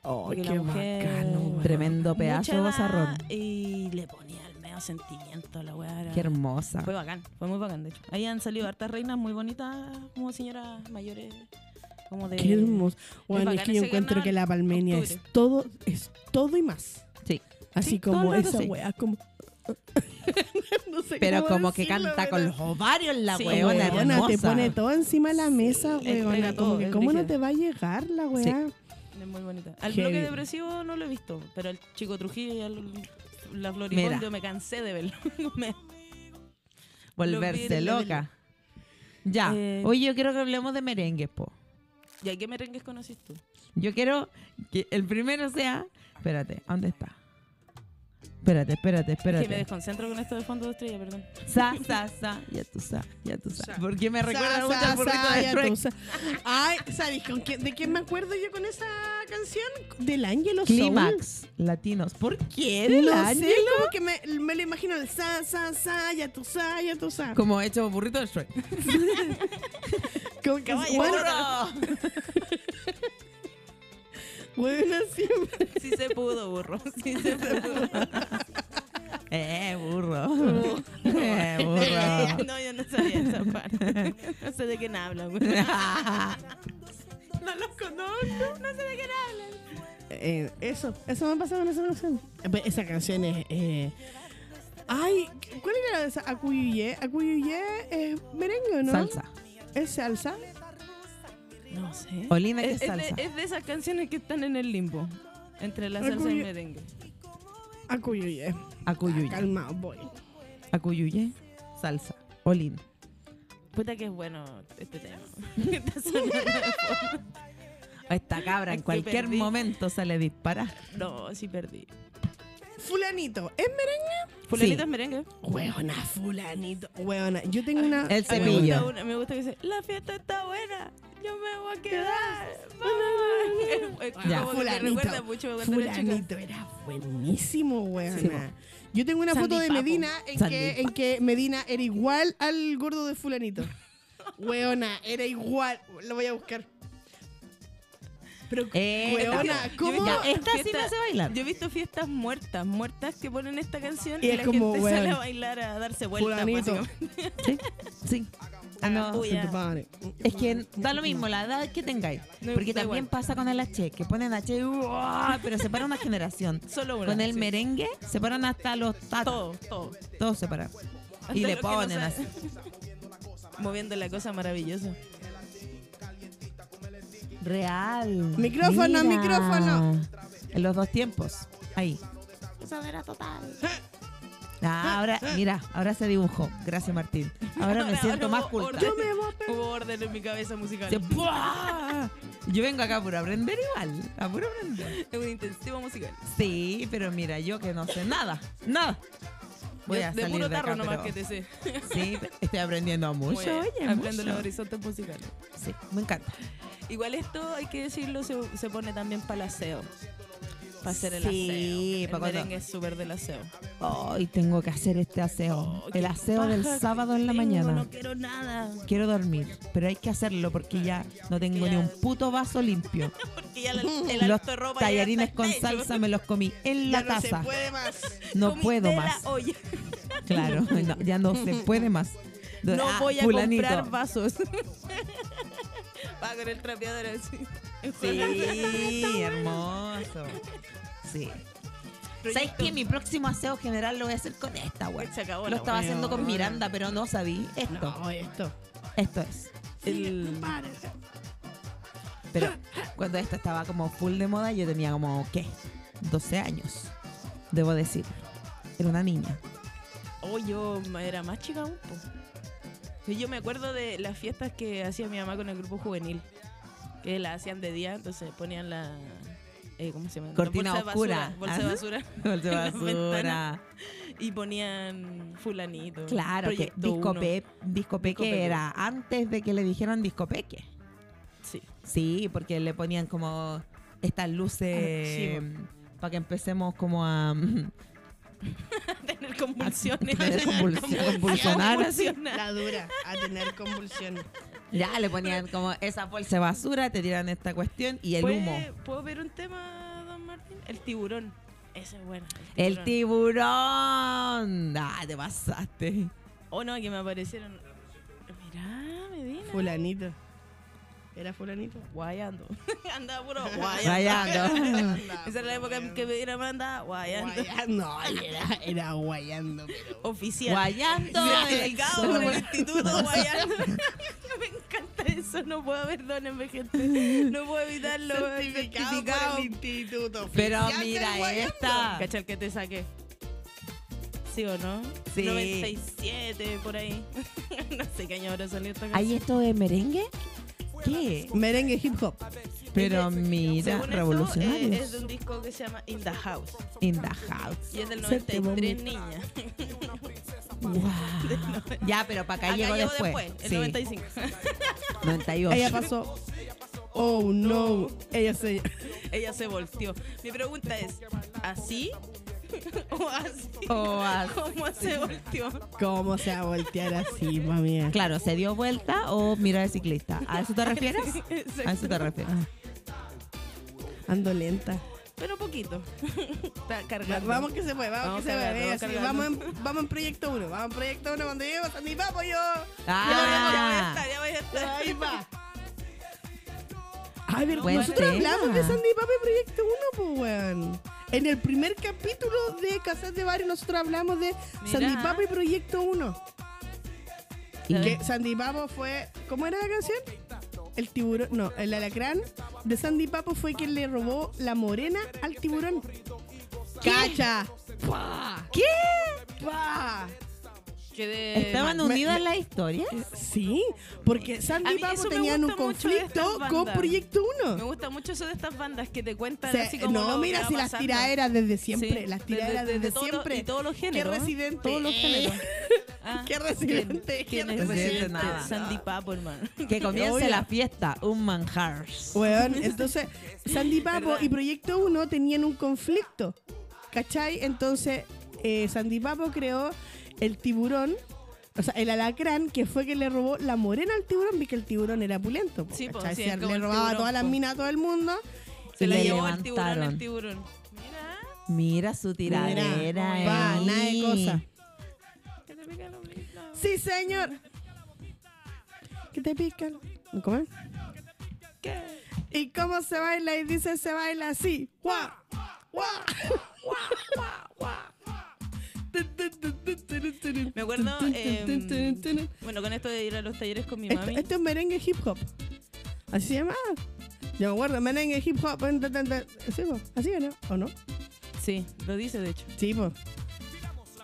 Oh, Porque la qué mujer- bacano, weón. Tremendo pedazo Mucha de edad bozarrón. Y le ponía el medio sentimiento a la weá. era- Qué hermosa. Fue bacán, fue muy bacán, de hecho. Ahí han salido hartas reinas muy bonitas, como señoras mayores, como de... Qué hermoso. Bueno, es bacán que yo ese encuentro carnaval. que la palmenia es Octubre. todo, es todo y más. Sí. Así Sí, todo como el rato esa sí. wea, como. no sé Pero cómo como que decirlo, canta con pero- los ovarios la Sí, huevona Weona, hermosa. te pone todo encima de la mesa, le entrega weona. Como todo, que, es ¿cómo no brígida. te va a llegar la wea? Es muy bonita. Al Heavy. bloque depresivo no lo he visto, pero al chico Trujillo y al la Mira. Floripondio me cansé de verlo. Me- Volverse Lo vi, lo vi. loca. Ya. Eh, Oye, yo quiero que hablemos de merengues, po. ¿Y a qué merengues conocís tú? Yo quiero que el primero sea. Espérate, ¿dónde está? Espérate, espérate, Que me espérate. desconcentro con esto de fondo de estrella, perdón. Sa, sa, sa. Ya tú sa, ya tú sa. Sa. Porque me recuerda Sa, mucho sa, al burrito sa, de ya Shrek. tú sa- Ay, ¿sabes con quién- de quién me acuerdo yo con esa canción? Del Ángelo Soul. Clímax, latinos. ¿Por qué del No ángel? sé, como que me, me lo imagino el sa, sa, sa, ya tú sa, ya tú sa. Como hecho burrito de Shrek. Como que, Caballero. bueno, bueno, sí, Sí se pudo, burro. Sí se pudo. Eh, Oh. burro. eh, burro. no, yo no sabía esa parte. No sé de quién habla, güey. no los conozco. No sé de quién habla. Eh, eso, eso me ha pasado con esa canción. Eh, pues, Esa canción es. eh, Ay, ¿cuál era esa? Acuyuye. Acuyuye es merengue, ¿no? Salsa. ¿Es salsa? No sé. Olina, que Es, es es de, salsa. es de esas canciones que están en el limbo. Entre la salsa y el Orgullo- merengue. Acuyuye. Acuyuye. Ah, Calmado, voy. Acuyuye. Salsa. Olin. Puta que es bueno este tema. Está sonando de fondo. A esta cabra Es en que cualquier perdí. momento se le dispara. No, sí perdí. Fulanito. ¿Es Fulanito Sí. es merengue. merengue? Hueona, fulanito. Hueona. Yo tengo una. El Ay, me, gusta cepillo. una- me gusta que dice, la fiesta está buena, yo me voy a quedar. Vamos. Es como Ya. que me Fulanito. recuerda mucho cuando era chica. Fulanito era buenísimo, weona. Sí, po. Yo tengo una Sandy foto de Papo. Medina en Sandy que, en que Medina era igual al gordo de fulanito. Weona, era igual. Lo voy a buscar. Pero, Eh, weona, ¿cómo? Ya, esta sí Fiesta- me hace bailar. Yo he visto fiestas muertas, muertas que ponen esta canción y, Y es la como, gente sale weón, a bailar, a darse vueltas. fulanito. básicamente. Sí, sí. Ah, no. Uy, ya. Es que da lo mismo la edad que tengáis. No, Porque da también igual. pasa con el H, que ponen H, ¡uah! pero separa una generación. Solo una. Con el sí. merengue separan hasta los tatos. Todo, todo. Todos separan. Hasta Y le lo que no ponen sabe. así. Moviendo la cosa maravillosa. Real. Micrófono, micrófono. En los dos tiempos. Ahí. Eso era total. ahora, mira, ahora se dibujó. Gracias, Martín. Ahora me Ahora- siento ahora más hubo culta. orden. Yo me voy a pe- Hubo orden en mi cabeza musical. Se- ¡Buah! Yo vengo acá por aprender igual. A puro aprender. Es un intensivo musical. Sí, pero mira, yo que no sé nada. Nada. Voy Yo a de salir puro de acá, tarro nomás pero- que te sé. Sí, estoy aprendiendo mucho. Bueno, oye, ampliando Pues, los mucho. horizontes musicales. Sí, me encanta. Igual esto, hay que decirlo, se, se pone también para el aseo. Para hacer el Sí, aseo. El pa' cuando- merengue es súper del aseo. Hoy tengo que hacer este aseo. Oh, qué El aseo del paja que sábado en la tengo, mañana. No quiero nada. Quiero dormir, pero hay que hacerlo porque ya no tengo ni un puto vaso limpio. Porque ya la- el Los alto de ropa ya tallarines está con hecho. salsa me los comí en la Ya no se taza. puede más. No Comí puedo de más. La olla. Claro, no, ya no se puede más. No Ah, voy a fulanito. comprar vasos. Va con el trapeador así. Sí, hermoso. Sí. ¿Sabes Proyecto. qué? Mi próximo aseo general lo voy a hacer con esta, güey. Se acabó Lo la estaba wea. haciendo con Miranda, pero no sabí. Esto, No, esto. esto es. El- Pero cuando esto estaba como full de moda, yo tenía como, ¿qué? 12 años, debo decir. Era una niña. Oh, yo ma- era más chica un poco. Yo me acuerdo de las fiestas que hacía mi mamá con el grupo juvenil. Que la hacían de día, entonces ponían la. eh, ¿Cómo se llama? La Cortina bolsa de oscura. basura, bolsa de Ajá. basura. Bolsa de En la basura. ventana. Y ponían Fulanito. Claro, que Proyecto disco, uno. Pe- disco Peque Peque. era antes de que le dijeran disco Peque. Sí. Sí, porque le ponían como estas luces para que empecemos como a, Tener a convulsiones. tener convulsiones, convulsionar así. Convulsionar. La dura, a tener convulsiones. Ya le ponían como esa bolsa de basura, te tiran esta cuestión y el ¿Puede- humo. ¿Puedo ver un tema, don Martín? El tiburón. Ese es bueno. El tiburón. Ah, te pasaste. Oh, no, que me aparecieron. Mirá, Medina. Fulanito. ¿Era fulanito? Guayando. Andaba puro guayando. Rayando. Esa era la época en que Medina me andaba guayando. No, era, era guayando. pero- Oficial. Guayando. Mira, en el delgado por el instituto guayando. me encanta eso. No puedo, perdónenme, gente. No puedo evitarlo. Certificado por certificado. el instituto. Pero oficial del mira guayando. esta. Cacha el que te saqué. ¿Sí o no? Sí. 97, por ahí. no sé qué año habrá salido esta canción. ¿Hay esto de merengue? ¿Qué? Merengue hip hop. Pero mira, Este, Según eh, esto, revolucionarios. eh, es de un disco que se llama In the House. In the house. Y es del Se te 93, niña. Wow. Ya, pero para acá, Acá llegó, llegó después. el Sí, 95. 98. Ella pasó. Oh no. Ella se. Ella se volteó. Mi pregunta es, ¿así o así? O así. ¿Cómo se volteó? ¿Cómo se va a voltear así, mami? Claro, ¿se dio vuelta o mira de ciclista? ¿A eso te refieres? A eso te refieres. Ando lenta. Pero poquito. Está cargando. Vamos que se puede, vamos, Vamos que se cargando, puede. vamos Así, cargando. Vamos, en, vamos en proyecto uno. Vamos en proyecto uno. Cuando lleguemos a mi papo yo. Ah, Ya voy a estar, ya voy a Ahí estar. va. A ver, Buen nosotros tema. hablamos de Sandy Papo en Proyecto 1, pues, weón. En el primer capítulo de Casas de Barrio, nosotros hablamos de Mira. Sandy Papo y Proyecto 1. ¿Y Que Sandy Papo fue. ¿Cómo era la canción? El tiburón. No, el alacrán de Sandy Papo fue quien le robó la morena al tiburón. ¡Cacha! ¡Pah! ¿Qué? ¡Pah! Quedé ¿Estaban me- unidas me- las historias? Sí, porque A Sandy mí y Papo eso me tenían un gusta mucho de estas conflicto con bandas. Proyecto mal. Me 1. gusta mucho eso de estas bandas que te cuentan así como no, lo que mira, va si las pasando. tiraderas desde siempre, Sí, las tiraderas desde, todo- siempre. Y todos los ¿Qué géneros. residente? Todos los Eh, géneros. ¿Qué residente? ¿Qué Ah, ¿Quién es residente? residente? Nada. Sandy Papo, hermano. Que comience Obvio. la fiesta, un manjar. Weón, entonces Sandy Papo ¿Verdad? y Proyecto 1 tenían un conflicto. ¿Cachai? Entonces eh, Sandy Papo creó el tiburón, o sea, el alacrán, que fue que le robó la morena al tiburón, vi que el tiburón era pulento. po, Sí, po, ¿cachai? sí, Se es como le el robaba tiburón, todas las po. minas a todo el mundo. Se Y la le llevó el tiburón, el levantaron. tiburón. Mira, Mira su tiradera. Mira, Pa, ahí. nada de cosa. que te pica el ombligo. Sí, señor. ¿Qué te pican? ¿Cómo es? ¿Qué? ¿Y cómo se baila? Y dice, se baila así. ¡Guau! ¡Guau! Me acuerdo, em, eh, bueno, con esto de ir a los talleres con mi Esto, mami. esto es merengue hip hop. ¿Así se llama? Yo me acuerdo, merengue, hip hop. en, en, en, en. Sí, po. ¿Así o no? ¿O no? Sí, lo dice de hecho. Sí, pues. po.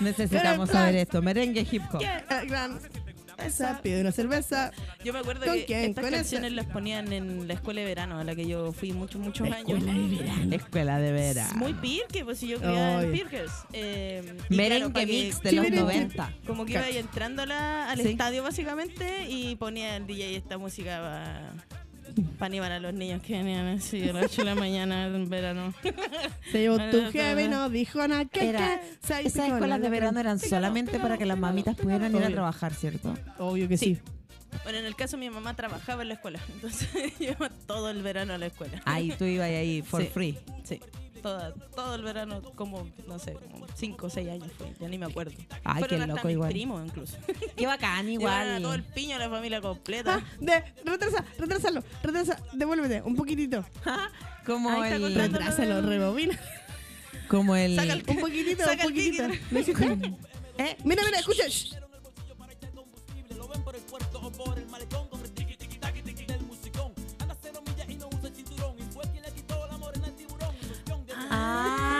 Necesitamos Pero, saber esto. Merengue hip hop. Eh, gran- Esa, pide una cerveza. Yo me acuerdo ¿Con que quién? estas ¿Con ese? canciones las ponían en la escuela de verano a la que yo fui muchos, muchos años. Escuela de veras. Muy pirque, pues si yo creía en Ay. pirkers. Eh, y claro, Merengue pa' que- mix de Sí, los merengue. 90. Como que iba ahí entrando a la- al Sí. estadio básicamente y ponía el DJ esta música para animar a los niños que venían así de las 8 de la mañana en verano. Se llevó Bueno, tu no, jefe y pero- no dijo nada. ¿Qué, Era- qué? Seis Esas picones, escuelas de la verano gran- eran solamente para que las mamitas pudieran ir a Obvio. trabajar, ¿cierto? Obvio que sí. Bueno, en el caso mi mamá trabajaba en la escuela, entonces yo iba todo el verano a la escuela. Ahí tú ibas ahí for Sí. free. Sí, toda- todo el verano, como, no sé, como 5 o 6 años fue, ya ni me acuerdo. Ay, Fueron qué hasta loco mis igual. primos incluso. Qué bacán Igual. a todo el igual. piño, la familia completa. Ah, de, retrasa, retrasalo, retrasa, devuélvete un poquitito. Ah, Como Ahí está el, contando. Retrásalo, rebobina. como el, Saca el- Un poquitito, un Saca el poquitito. ticket. ¿Lo hiciste? ¿Eh? Mira, mira, escucha. shh.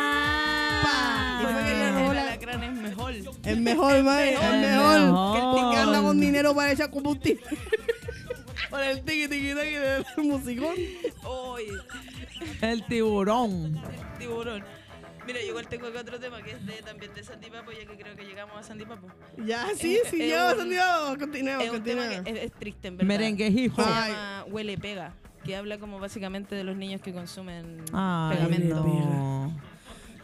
Ah. Pa. Y fue que Ah. la novela la crana es mejor. Es mejor, madre, es Es mejor. mejor. Que anda con dinero para echar combustible. Para el ticket, ticket, ticket del musicón. Hoy, el tiburón. tiburón. Mira, yo igual tengo acá otro tema que es de, también de Sandipapo, ya que creo que llegamos a Sandipapo. Ya, sí, Es- sí, es ya, un- salió. Continuemos, es un tema que continuemos. es, es triste, en verdad. Merengue hip Se hop. Ay. llama Huele Pega, que habla como básicamente de los niños que consumen Ay, pegamento. no.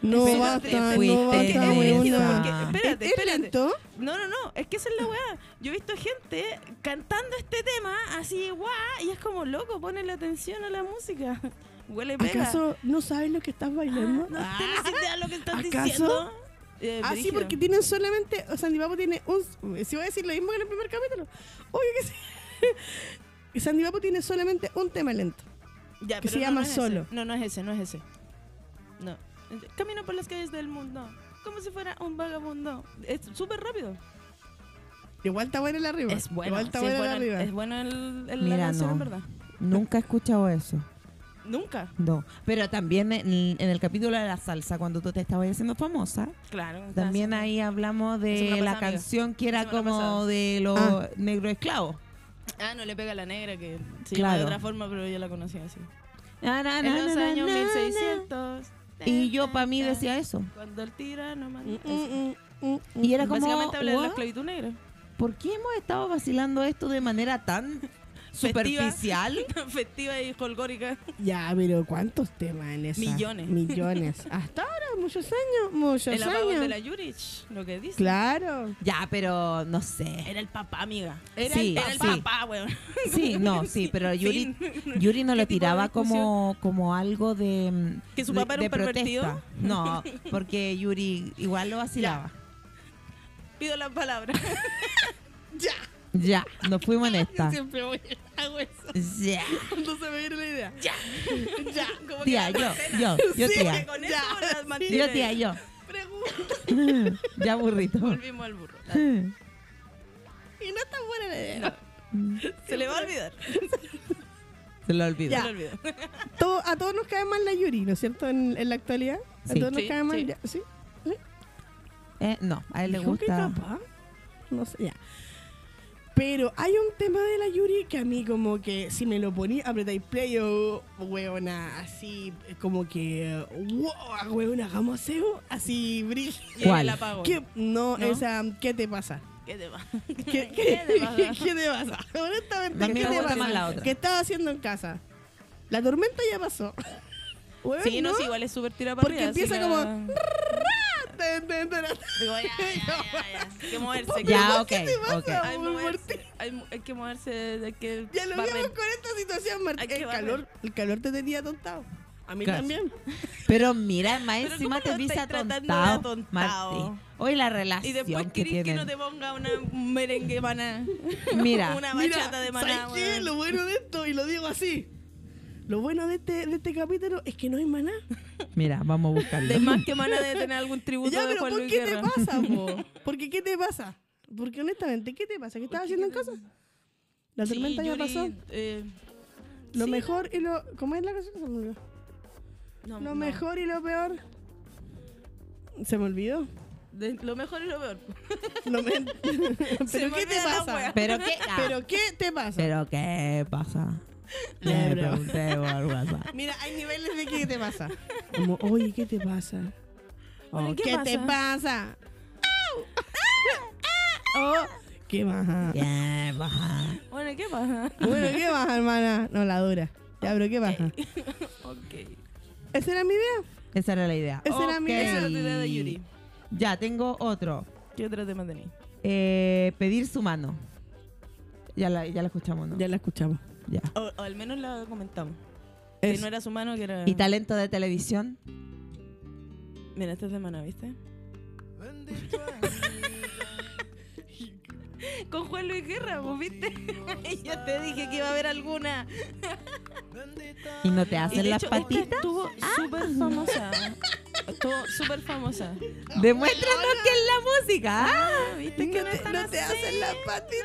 No Pero basta, te no fuiste, basta, Nelly. weona. Porque- espérate, ¿Es- es espérate. lento? No, no, no, es que esa es la weá. Yo he visto gente cantando este tema así, guau, y es como loco, ponle atención a la música. Huele pega. ¿Acaso no sabes lo que estás bailando? Ah, ¿No Ah. tienes idea lo que estás ¿Acaso? diciendo? Eh, Ah, sí, brígido. porque tienen solamente. O sea, Sandipapo tiene un. Si voy a decir lo mismo que en el primer capítulo. Obvio que sí. Y Sandipapo tiene solamente un tema lento. Ya, que pero se llama no es ese. Solo. No, no es ese, no es ese. No. Camino por las calles del mundo, como si fuera un vagabundo. Es súper rápido. Igual está bueno el arriba. Es bueno. Igual está sí, es bueno el bueno, arriba. es bueno el, el- la Mira, canción, no. en verdad. Nunca he escuchado eso. Nunca. No. Pero también en, en el capítulo de la salsa, cuando tú te estabas haciendo famosa, Claro. también hay ahí hablamos La semana de la pasada, amiga. canción que era La semana como pasada. de los Ah. negros esclavos. Ah, no le pega a la negra, que se llama Claro. de otra forma, pero yo la conocí así. Na, na, En na, los na, años na, na. 1600. Y yo para mí decía eso. Cuando el tirano mandó. Mm, mm, mm, mm, mm. Y era como, Básicamente habla de la "What? esclavitud negra. ¿por qué hemos estado vacilando esto de manera tan superficial? Festiva y colgórica. Ya, pero ¿cuántos temas en eso? Millones. Millones. Hasta ahora, muchos años. Muchos El apago años. de la Yurich, lo que dice. Claro. Ya, pero no sé. Era el papá, amiga. Era Sí, el Era el papá. papá, weón. Sí, no, sí, pero Yuri, Yuri no ¿Qué lo tipo de tiraba como, como algo de... mm, ¿Que su de- papá era un de pervertido? protesta. No, porque Yuri igual lo vacilaba. Pido la palabra. Ya, nos fuimos en esta. Siempre voy, hago eso. Ya, Entonces me viene la idea. Ya, como que tía, la yo, almacena. yo, yo Sí. tía. Con Ya, eso las mantienes. Yo tía, yo. Pregunta. Ya burrito. Volvimos al burro. Y no está buena la idea. Se le Ah. va a olvidar. Se lo olvidó. Se Ya. le olvidó. Ah. Todo- a todos nos cae mal la Yuri, ¿no es cierto? En, en la actualidad. A Sí. todos nos Sí, cae mal. sí. ya- ¿sí? Eh, no, a él le Dijo que gusta. pues. capaz. No sé, ya. Pero hay un tema de la Yuri que a mí como que si me lo ponía apretáis play yo, huevona, así como que, wow, huevona, hagamos aseo, así brillo. Y ¿Cuál? el apago. ¿Qué? No, ¿No? esa, ¿qué te pasa? ¿Qué te va? ¿Qué, qué, te pasa? qué- qué te pasa? Honestamente, A mí ¿qué me te gusta pasa? más la otra. ¿Qué estás haciendo en casa? La tormenta ya pasó. Huevón, Sí, no, sí, igual es súper tira para Porque arriba, así empieza que- como- Te- te- te- Digo, ya, ya, ya, ya. Hay que Ya, moverse. ¿Por Ah, ok, qué te pasa? ok. Hay, que Muy moverse, hay, mu- hay que moverse, hay que Ya lo barrer. vimos con esta situación, Hay Martín. que El barrer. calor, el calor te tenía atontado. A mí Claro. también. Pero mira, más Pero encima ¿cómo te lo dice estáis tratando de atontado, atontado? Martí. Hoy la relación Y después que querés que tienen. no te ponga una un merengue maná. Mira, una Mira, bachata de maná. ¿sabes qué? weón. Lo bueno de esto, y lo digo así. Lo bueno de este, de este capítulo es que no hay maná. mira, vamos a buscarlo. De más que maná debe tener algún tributo Ya, de pero Juan ¿por Luis qué Guerra. te pasa, po? Porque ¿qué te pasa? Porque honestamente, ¿qué te pasa? ¿Qué estás haciendo en casa? La Sí, tormenta ya Yuri, pasó. eh, Lo sí. mejor y lo. ¿Cómo es la canción? Se me olvidó. Lo no, no. mejor y lo peor. ¿Se me olvidó? De- lo mejor y lo peor. po. Lo me- Se ¿Pero me qué te olvida la pasa? wea. ¿Pero qué? ah, ¿Pero qué te pasa? ¿Pero qué pasa? Ya, Le bravo. pregunté por WhatsApp. Mira, hay niveles de qué te pasa. Como, oye, ¿qué te pasa? Oye, O, ¿qué ¿qué, te pasa? O, ¿qué pasa? ¿Qué pasa? Bueno, ¿qué pasa? Bueno, ¿qué pasa, hermana? No, la dura. Ya, pero ¿qué pasa? Ok. ¿Esa era mi idea? Esa era la idea. Esa era mi Ok. Esa era la idea de Yuri. Ya, tengo otro. ¿Qué otro tema tenéis? Eh, pedir su mano. Ya la, ya la escuchamos, ¿no? Ya la escuchamos. Ya. O, o al menos la comentamos. Que Es- no era su mano, que era. ¿Y talento de televisión? Mira, esta es de Maná, ¿viste? Con Juan Luis Guerra, ¿vos viste? Yo te dije que iba a haber alguna. ¿Y no te Y hacen de las hecho, esta patitas? Estuvo súper famosa. Estuvo súper famosa. Demuéstranos que es la música. ¿ah? Ah, ¿Viste que no, están no te así? hacen las No te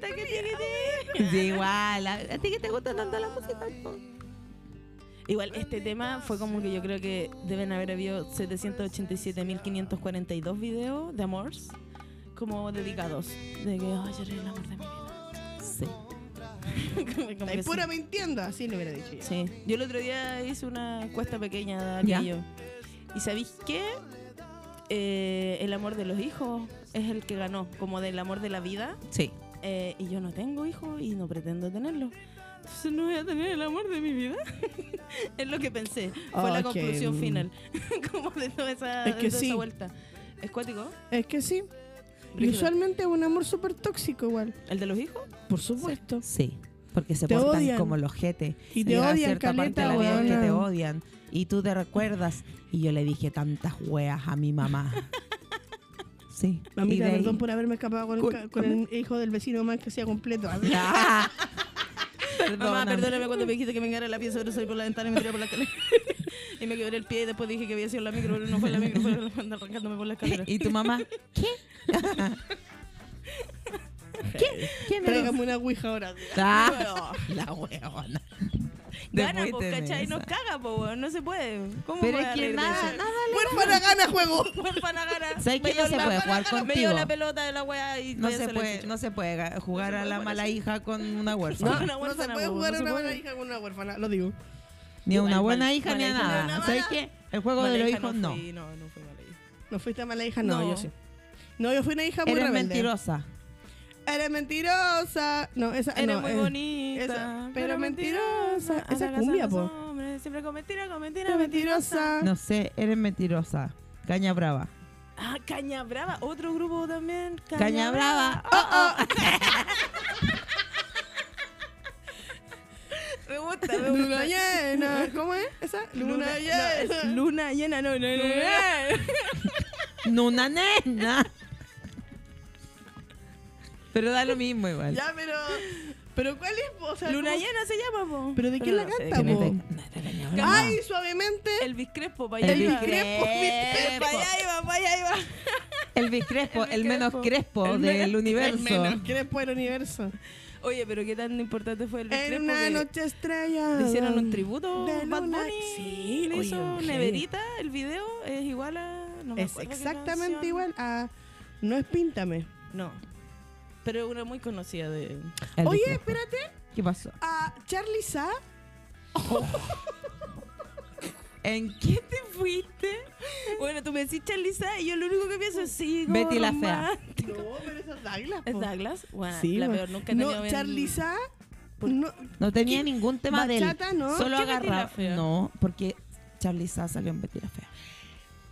tanta que tiene que- Sí, igual. ¿A a ti que te gusta tanto la música? po? Igual, este tema fue como que yo creo que deben haber habido 787.542 videos de amores como dedicados. De que, ay, yo era el amor de mi vida. Sí. Como que Estáis sí. pura mintiendo, así lo hubiera dicho yo. Sí. Yo el otro día hice una encuesta pequeña de Ya. aquello. ¿Y sabéis qué? Eh, el amor de los hijos es el que ganó, como del amor de la vida. Sí. Eh, y yo no tengo hijos y no pretendo tenerlo. Entonces no voy a tener el amor de mi vida. es lo que pensé. Fue la Ok. conclusión final. como de toda esa, Es que de toda sí. esa vuelta. ¿Es cuático? Es que sí. Y Rígido. usualmente es un amor súper tóxico igual. ¿El de los hijos? Por supuesto. Sí. Porque se Te portan odian. como los jetes. Y te Llega a odian, cierta parte de caleta, la vida en que te weona. odian. Y tú te recuerdas. Y yo le dije tantas weas a mi mamá. Sí. Mamita, Y de ahí- perdón por haberme escapado con, el, Cul- ca- con el hijo del vecino más que sea completo. Ah. Mamá, Perdóname. perdóname cuando me dijiste que me engarra la pieza, pero salí por la ventana y me tiré por la escalera. y me quebré el pie y después dije que había sido la micro, pero no fue la micro, fue la- arrancándome por la escalera. ¿Y tu mamá? ¿Qué? ¿Qué? ¿Quién eres? Tráigame una ouija ahora. Ah, la huevona. Gana, Después po, tenés ¿cachai? Nos esa. caga, po, weón, no se puede. ¿Cómo Pero voy es a que reír de nada, eso? nada. ¡Huérfana gana juego! Huérfana gana. ¿Sabes Me que no dio se la- puede jugar Me dio contigo? la pelota de la weá y No vaya a se hacer la puede, chucha. no se puede ga- jugar No se a puede la jugar mala así. hija con una No, huérfana. una No se huérfana, puede po, jugar no a se una buena puede. hija con una huérfana, lo digo. Ni a una Igual, buena mal- hija ni a mala hija, nada. no, ¿Sabes mala- qué? El juego Mala de los hija hijos no. fui, No, no fue mala hija. ¿No fuiste mala hija? No, No. yo sí. No, yo fui una hija muy Eres rebelde. mentirosa. Eres mentirosa. No, esa Eres no, muy eh, bonita, esa- pero pero mentirosa. mentirosa. Esa Ataca a cumbia, los po. hombres, Siempre con mentira, con mentira, Eres mentirosa. No sé, eres mentirosa. Caña brava. Ah, Caña Brava, otro grupo también. Caña brava. Oh, oh. me gusta, me gusta. Luna llena. ¿Cómo es esa? Luna, Luna- llena. no, es luna llena, no, no, no, no. Nuna Oh, nena. Pero da lo mismo igual. Ya, pero. ¿Pero cuál es? po? O sea, Luna ¿cómo- llena se llama, po. ¿Pero de quién la no sé de canta, quién es. po? Brava. ¡Ay, suavemente! ¿eh? Elvis Crespo, pa' allá El iba. Eh, biscrespo. Pa' allá iba, pa' allá iba. El biscrespo, el El menos crespo El menos- del universo. Menos que después del universo. Oye, pero qué tan importante fue Elvis En Crespo una que noche estrella. le hicieron un tributo de a Bad luna. Bunny. Sí, le oye, hizo heavy. Neverita, el video es igual a... No me Es acuerdo qué exactamente canción. igual a. No es Píntame. No. Pero una muy conocida de. El Oye, biscrespo. espérate. Ah, ¿Qué pasó? A Charlie Sa. ¿En qué ¿Te fuiste? Bueno, tú me decís Charliza y yo lo único que pienso es sí. como Betty la fea. romántico. No, pero esa es Douglas. ¿Es po. Douglas? Bueno, Sí, la ma. peor nunca he tenido No, bien- Charlie Sa. No, No tenía ningún tema de él. Bachata, ¿no? Solo ¿Por qué Betty la agarraba. Fea? No, porque Charlie Sa salió en Betty la Fea.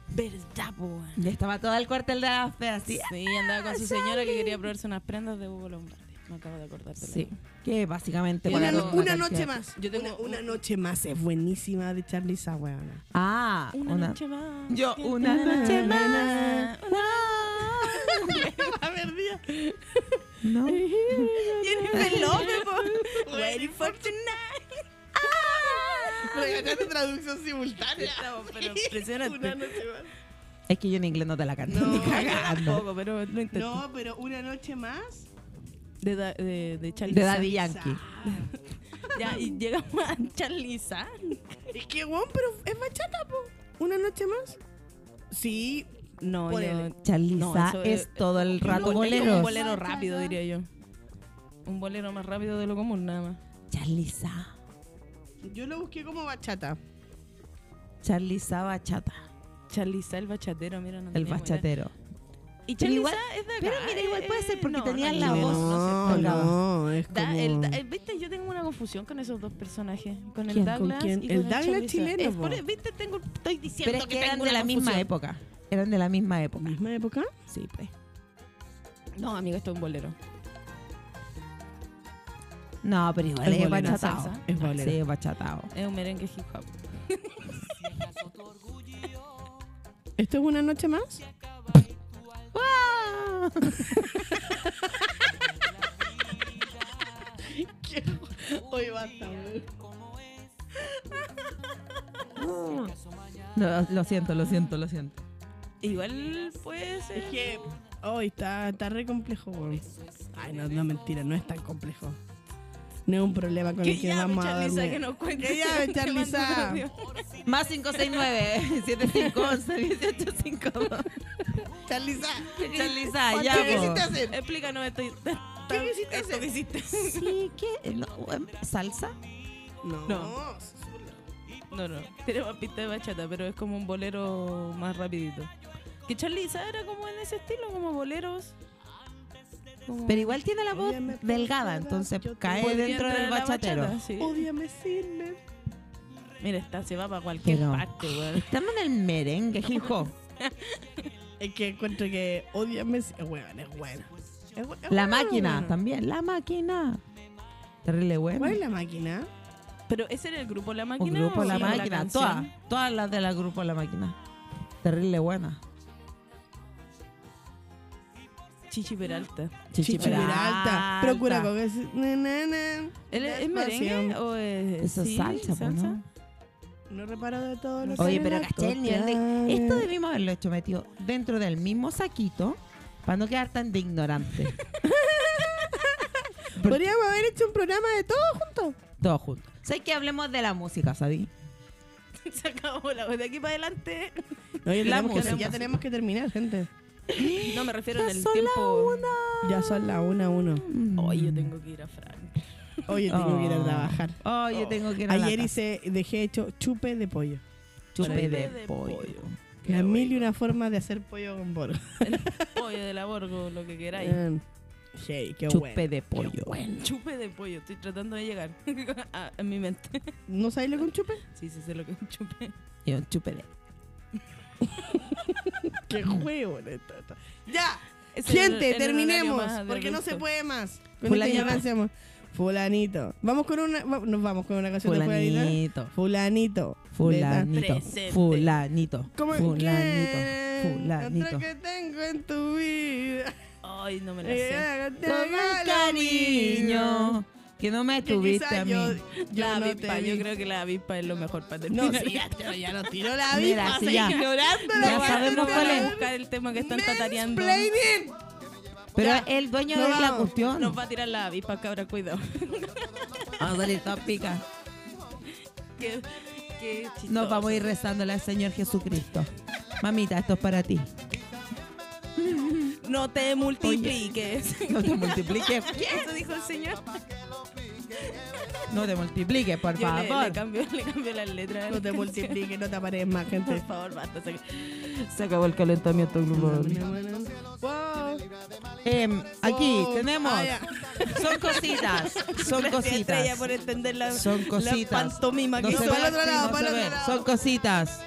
¿Verdad, po? Y estaba todo el cuartel de la Fea así. Sí, andaba con su señora que quería probarse unas prendas de Hugo Lombardi. Me acabo de acordar. de la- Sí. Que básicamente. Yo una, tengo- pagaron una cantidad- noche más. Yo tengo una, una noche más es buenísima de Charlie Sa, weona. Ah, Una, una. noche más. Yo, Que- una noche más. A ver, día. No. Jennifer López, po. Waiting for tonight. Regalaste traducción simultánea. Estamos, pero impresionante. Una noche más. Es que yo en inglés Ah, no te la canto. No, ni yo cagando. Tampoco, pero lo intento. No, pero una noche más. De, da- de, de Charlie De Sa- Daddy Yankee. Ya, y llegamos a Charlie Sa. Es que, weón, pero es bachata, po. ¿Una noche más? Sí. No, Ponele. yo, No, Charliza eso es, es- todo el rato un bolero. bolero. Un bolero rápido, diría yo. Un bolero más rápido de lo común, nada más. Charliza. Yo lo busqué como bachata. Charliza bachata. Charlie Sa, el bachatero, mira. no El tenía buena- bachatero. Y Pero Charlie igual- Sa es de acá. pero mira, igual eh, puede ser porque no, tenía no, la no, voz, No, sé, sé, no, no. es Da- el Da- eh, viste, yo tengo una confusión con esos dos personajes. Con el ¿Quién? ¿Con Douglas. quién? y El con Douglas Charlize Theron. chileno, Es por- po. viste, tengo, estoy diciendo Pero es que, tengo eran de una la misma confusión. época. Eran de la misma época. ¿Misma época? Sí, pues. No, amigo, esto es un bolero. No, pero igual El es bolero, bachatao. salsa. Es bolero. Sí, es bachatao. Es un merengue hip hop. ¿Esto es una noche más? Hoy basta, weón. No, lo siento, lo siento, lo siento. Igual puede ser. Es que hoy está, está re complejo, weón. Ay, no, no, mentira, no es tan complejo. No es un problema con Que el que ya, vamos a Charlize, dormir. que nos cuente. Que ya, Que Charlize. mande un audio. Más 569 7511 1852. Charliza, Charliza, ya. ¿qué po. quisiste Eh, hacer? Explícanos esto. y- ¿Qué quisiste esto hacer? que hiciste. Sí, ¿qué? No, em, ¿Salsa? No. No. No, no. Tenemos pista de bachata, pero es como un bolero más rapidito. Que Charlie Sa era como en ese estilo, como boleros. Oh, Como- Pero igual tiene la voz Óyeme, delgada, por entonces favor, yo te cae Podría Eh, dentro entrar del a la bachatero. bachata, sí. Ódiame sin me- Mira, esta se va para cualquier Pero- parte, weón. Estamos en el merengue, hip hop. Es que encuentro que ódiame sin... Weón, es buena. Es bu- es buena, La máquina weón. también, la máquina. Terrible bueno. ¿Cuál es la máquina? Pero ese era el grupo La O Máquina. grupo o La Máquina, canción? todas, todas las de la grupo La Máquina. Terrible buena. Chichi Peralta. Chichi, Chichi Peralta. Peralta. Procura con ese- na, na, na. ¿Él es, es Despacio. merengue o es Eso sí, es salsa, po, ¿no? No reparo de todo lo que Oye, en pero la caché el nivel de. total. Esto debimos haberlo hecho metido dentro del mismo saquito para no quedar tan de ignorante. Podríamos haber hecho un programa de todo juntos. Todos juntos. Sé que hablemos de la música, ¿sabes? Se acabó la De aquí para adelante. Oye, La tenemos que- música. ya tenemos que terminar, gente. No, me refiero en el son la tiempo. Ya son las 1 a 1. Oye, yo tengo que ir a Fran. Oye, tengo que ir a Oh. trabajar. Oh, yo tengo que ir a la Ayer casa. hice, dejé hecho chupe de pollo. chupe de, de pollo. pollo. Las mil y una forma de hacer pollo con boro. Pollo de la Borgo, lo que queráis. Mm. Hey, qué Chupe bueno. de pollo. Chupe de pollo, estoy tratando de llegar a, en mi mente. ¿No sabes lo que es un chupe? Sí, sí, sé lo que es un chupe. Y un chupe de. Qué juego. neta. Ya, Es el- gente, el terminemos. horario más de Porque no se adulto. puede más. Con Fulanito. esta ignorancia más. Fulanito. Vamos con una, va- nos vamos con una canción de Fulanito. Fulanito. Fulanito. Fulanito. Presente. Fulanito. ¿Cómo Fulanito. Fulanito. que tengo en tu vida. Ay, no me la sé. Eh, te Con el regalo mío. cariño que no me Que tuviste quizá a mí. Yo, yo la no te avispa, vi. yo creo que la avispa es lo mejor para terminar. No, sí, ya, pero ya no tiro la Mira, Ah, avispa, sí, sí, ya. ignorando la Ya weá, sabemos te cuál la es. ven. buscar el tema que están tatareando. Mansplaining. Pero Ya. el dueño Nos de la vamos. cuestión. Ah, Nos va a tirar la avispa, cabra, cuidado. Vamos a salir todas picas. qué, qué chistoso. Nos vamos a ir rezándole al Señor Jesucristo. Mamita, esto es para ti. No te multipliques. No te multipliques. Eso dijo el señor. No te multipliques, por Yo le, le favor. cambió, le cambió las letras. de No la te canción. multipliques, no te aparezcas más, gente. Por favor, basta. Se, se acabó el calentamiento global. Wow. Em, aquí Wow. tenemos. Ah, ya. Son cositas. Son Gracias, Estrella, cositas. por entender la, Son cositas. la pantomima No que se hizo. para ve, el otro lado, no para se el ve. otro lado. Son cositas.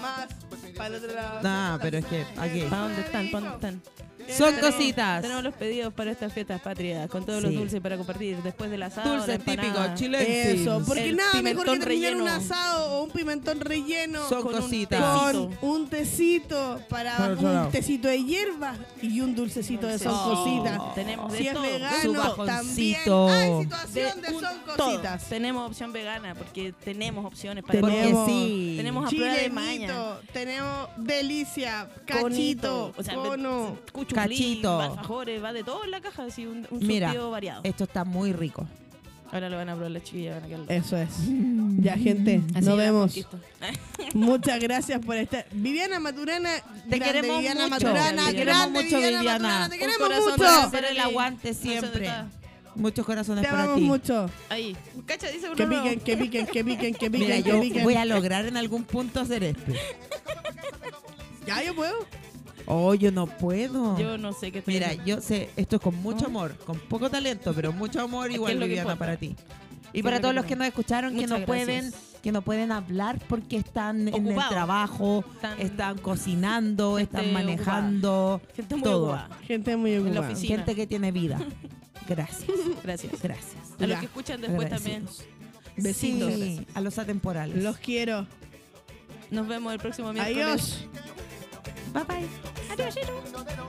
Más. Para el otro lado. Nah, pero es que aquí. ¿Para dónde están? ¿Para dónde están? Son Tenemos- cositas. Ah, Tenemos los pedidos para estas fiestas patrias, con todos Sí. los dulces para compartir después del asado. la Dulces típicos empanada. chilenses. Eso, porque El nada mejor que pimentón terminar un relleno. asado o un pimentón relleno Son con un cositas. tecito. con un tecito para Para otro lado. un tecito de hierbas y un dulcecito de son Oh, cositas. Tenemos de Si es todo. Su vegano, también bajoncito. hay De situación de, un son todo. cositas. Tenemos opción vegana porque tenemos opciones para Porque Tenemos- sí. Tenemos- a prueba de maña. Chilenito, tenemos delicia, cachito, Conito, o sea, cono, cuchu, choclín, Cachito. va alfajores, va de todo en la caja, así un, un Mira, Eh. surtido variado. Esto está muy rico. Ahora lo van a probar las chiquillas, van a quedar locas. Eso es. Ya, gente, Así Eh, nos la vemos. conquisto. Muchas gracias por estar. Viviana Maturana, Te grande, queremos Viviana mucho. Maturana, Te queremos grande mucho, Viviana, Viviana. Maturana, te Un queremos corazón Por mucho. grande. hacer el aguante siempre. Muchos corazones Te para amamos ti. mucho. Ahí. Cacha, dice Que Bruno. piquen, que piquen, que piquen, que Mira, piquen, que yo voy piquen. a lograr en algún punto hacer esto. Ya, yo puedo. Oh, yo no puedo. Yo no sé qué estoy Mira, haciendo. yo sé, esto es con mucho amor, con poco talento, pero mucho amor Es que igual, es lo que Viviana, importa. para ti. Y es para lo todos que los que importa. nos escucharon, que Muchas no pueden, gracias. que no pueden hablar porque están en el Ocupados. trabajo, Están- están cocinando, Gente están manejando, Gente muy todo. ocupada. Gente muy la ocupada. oficina. gente que tiene vida. Gracias, Gracias. gracias. A los Ya. que escuchan después también. Agradecidos. Besitos. Sí, a los atemporales. Los quiero. Nos vemos el próximo miércoles. Adiós. Bye bye. No te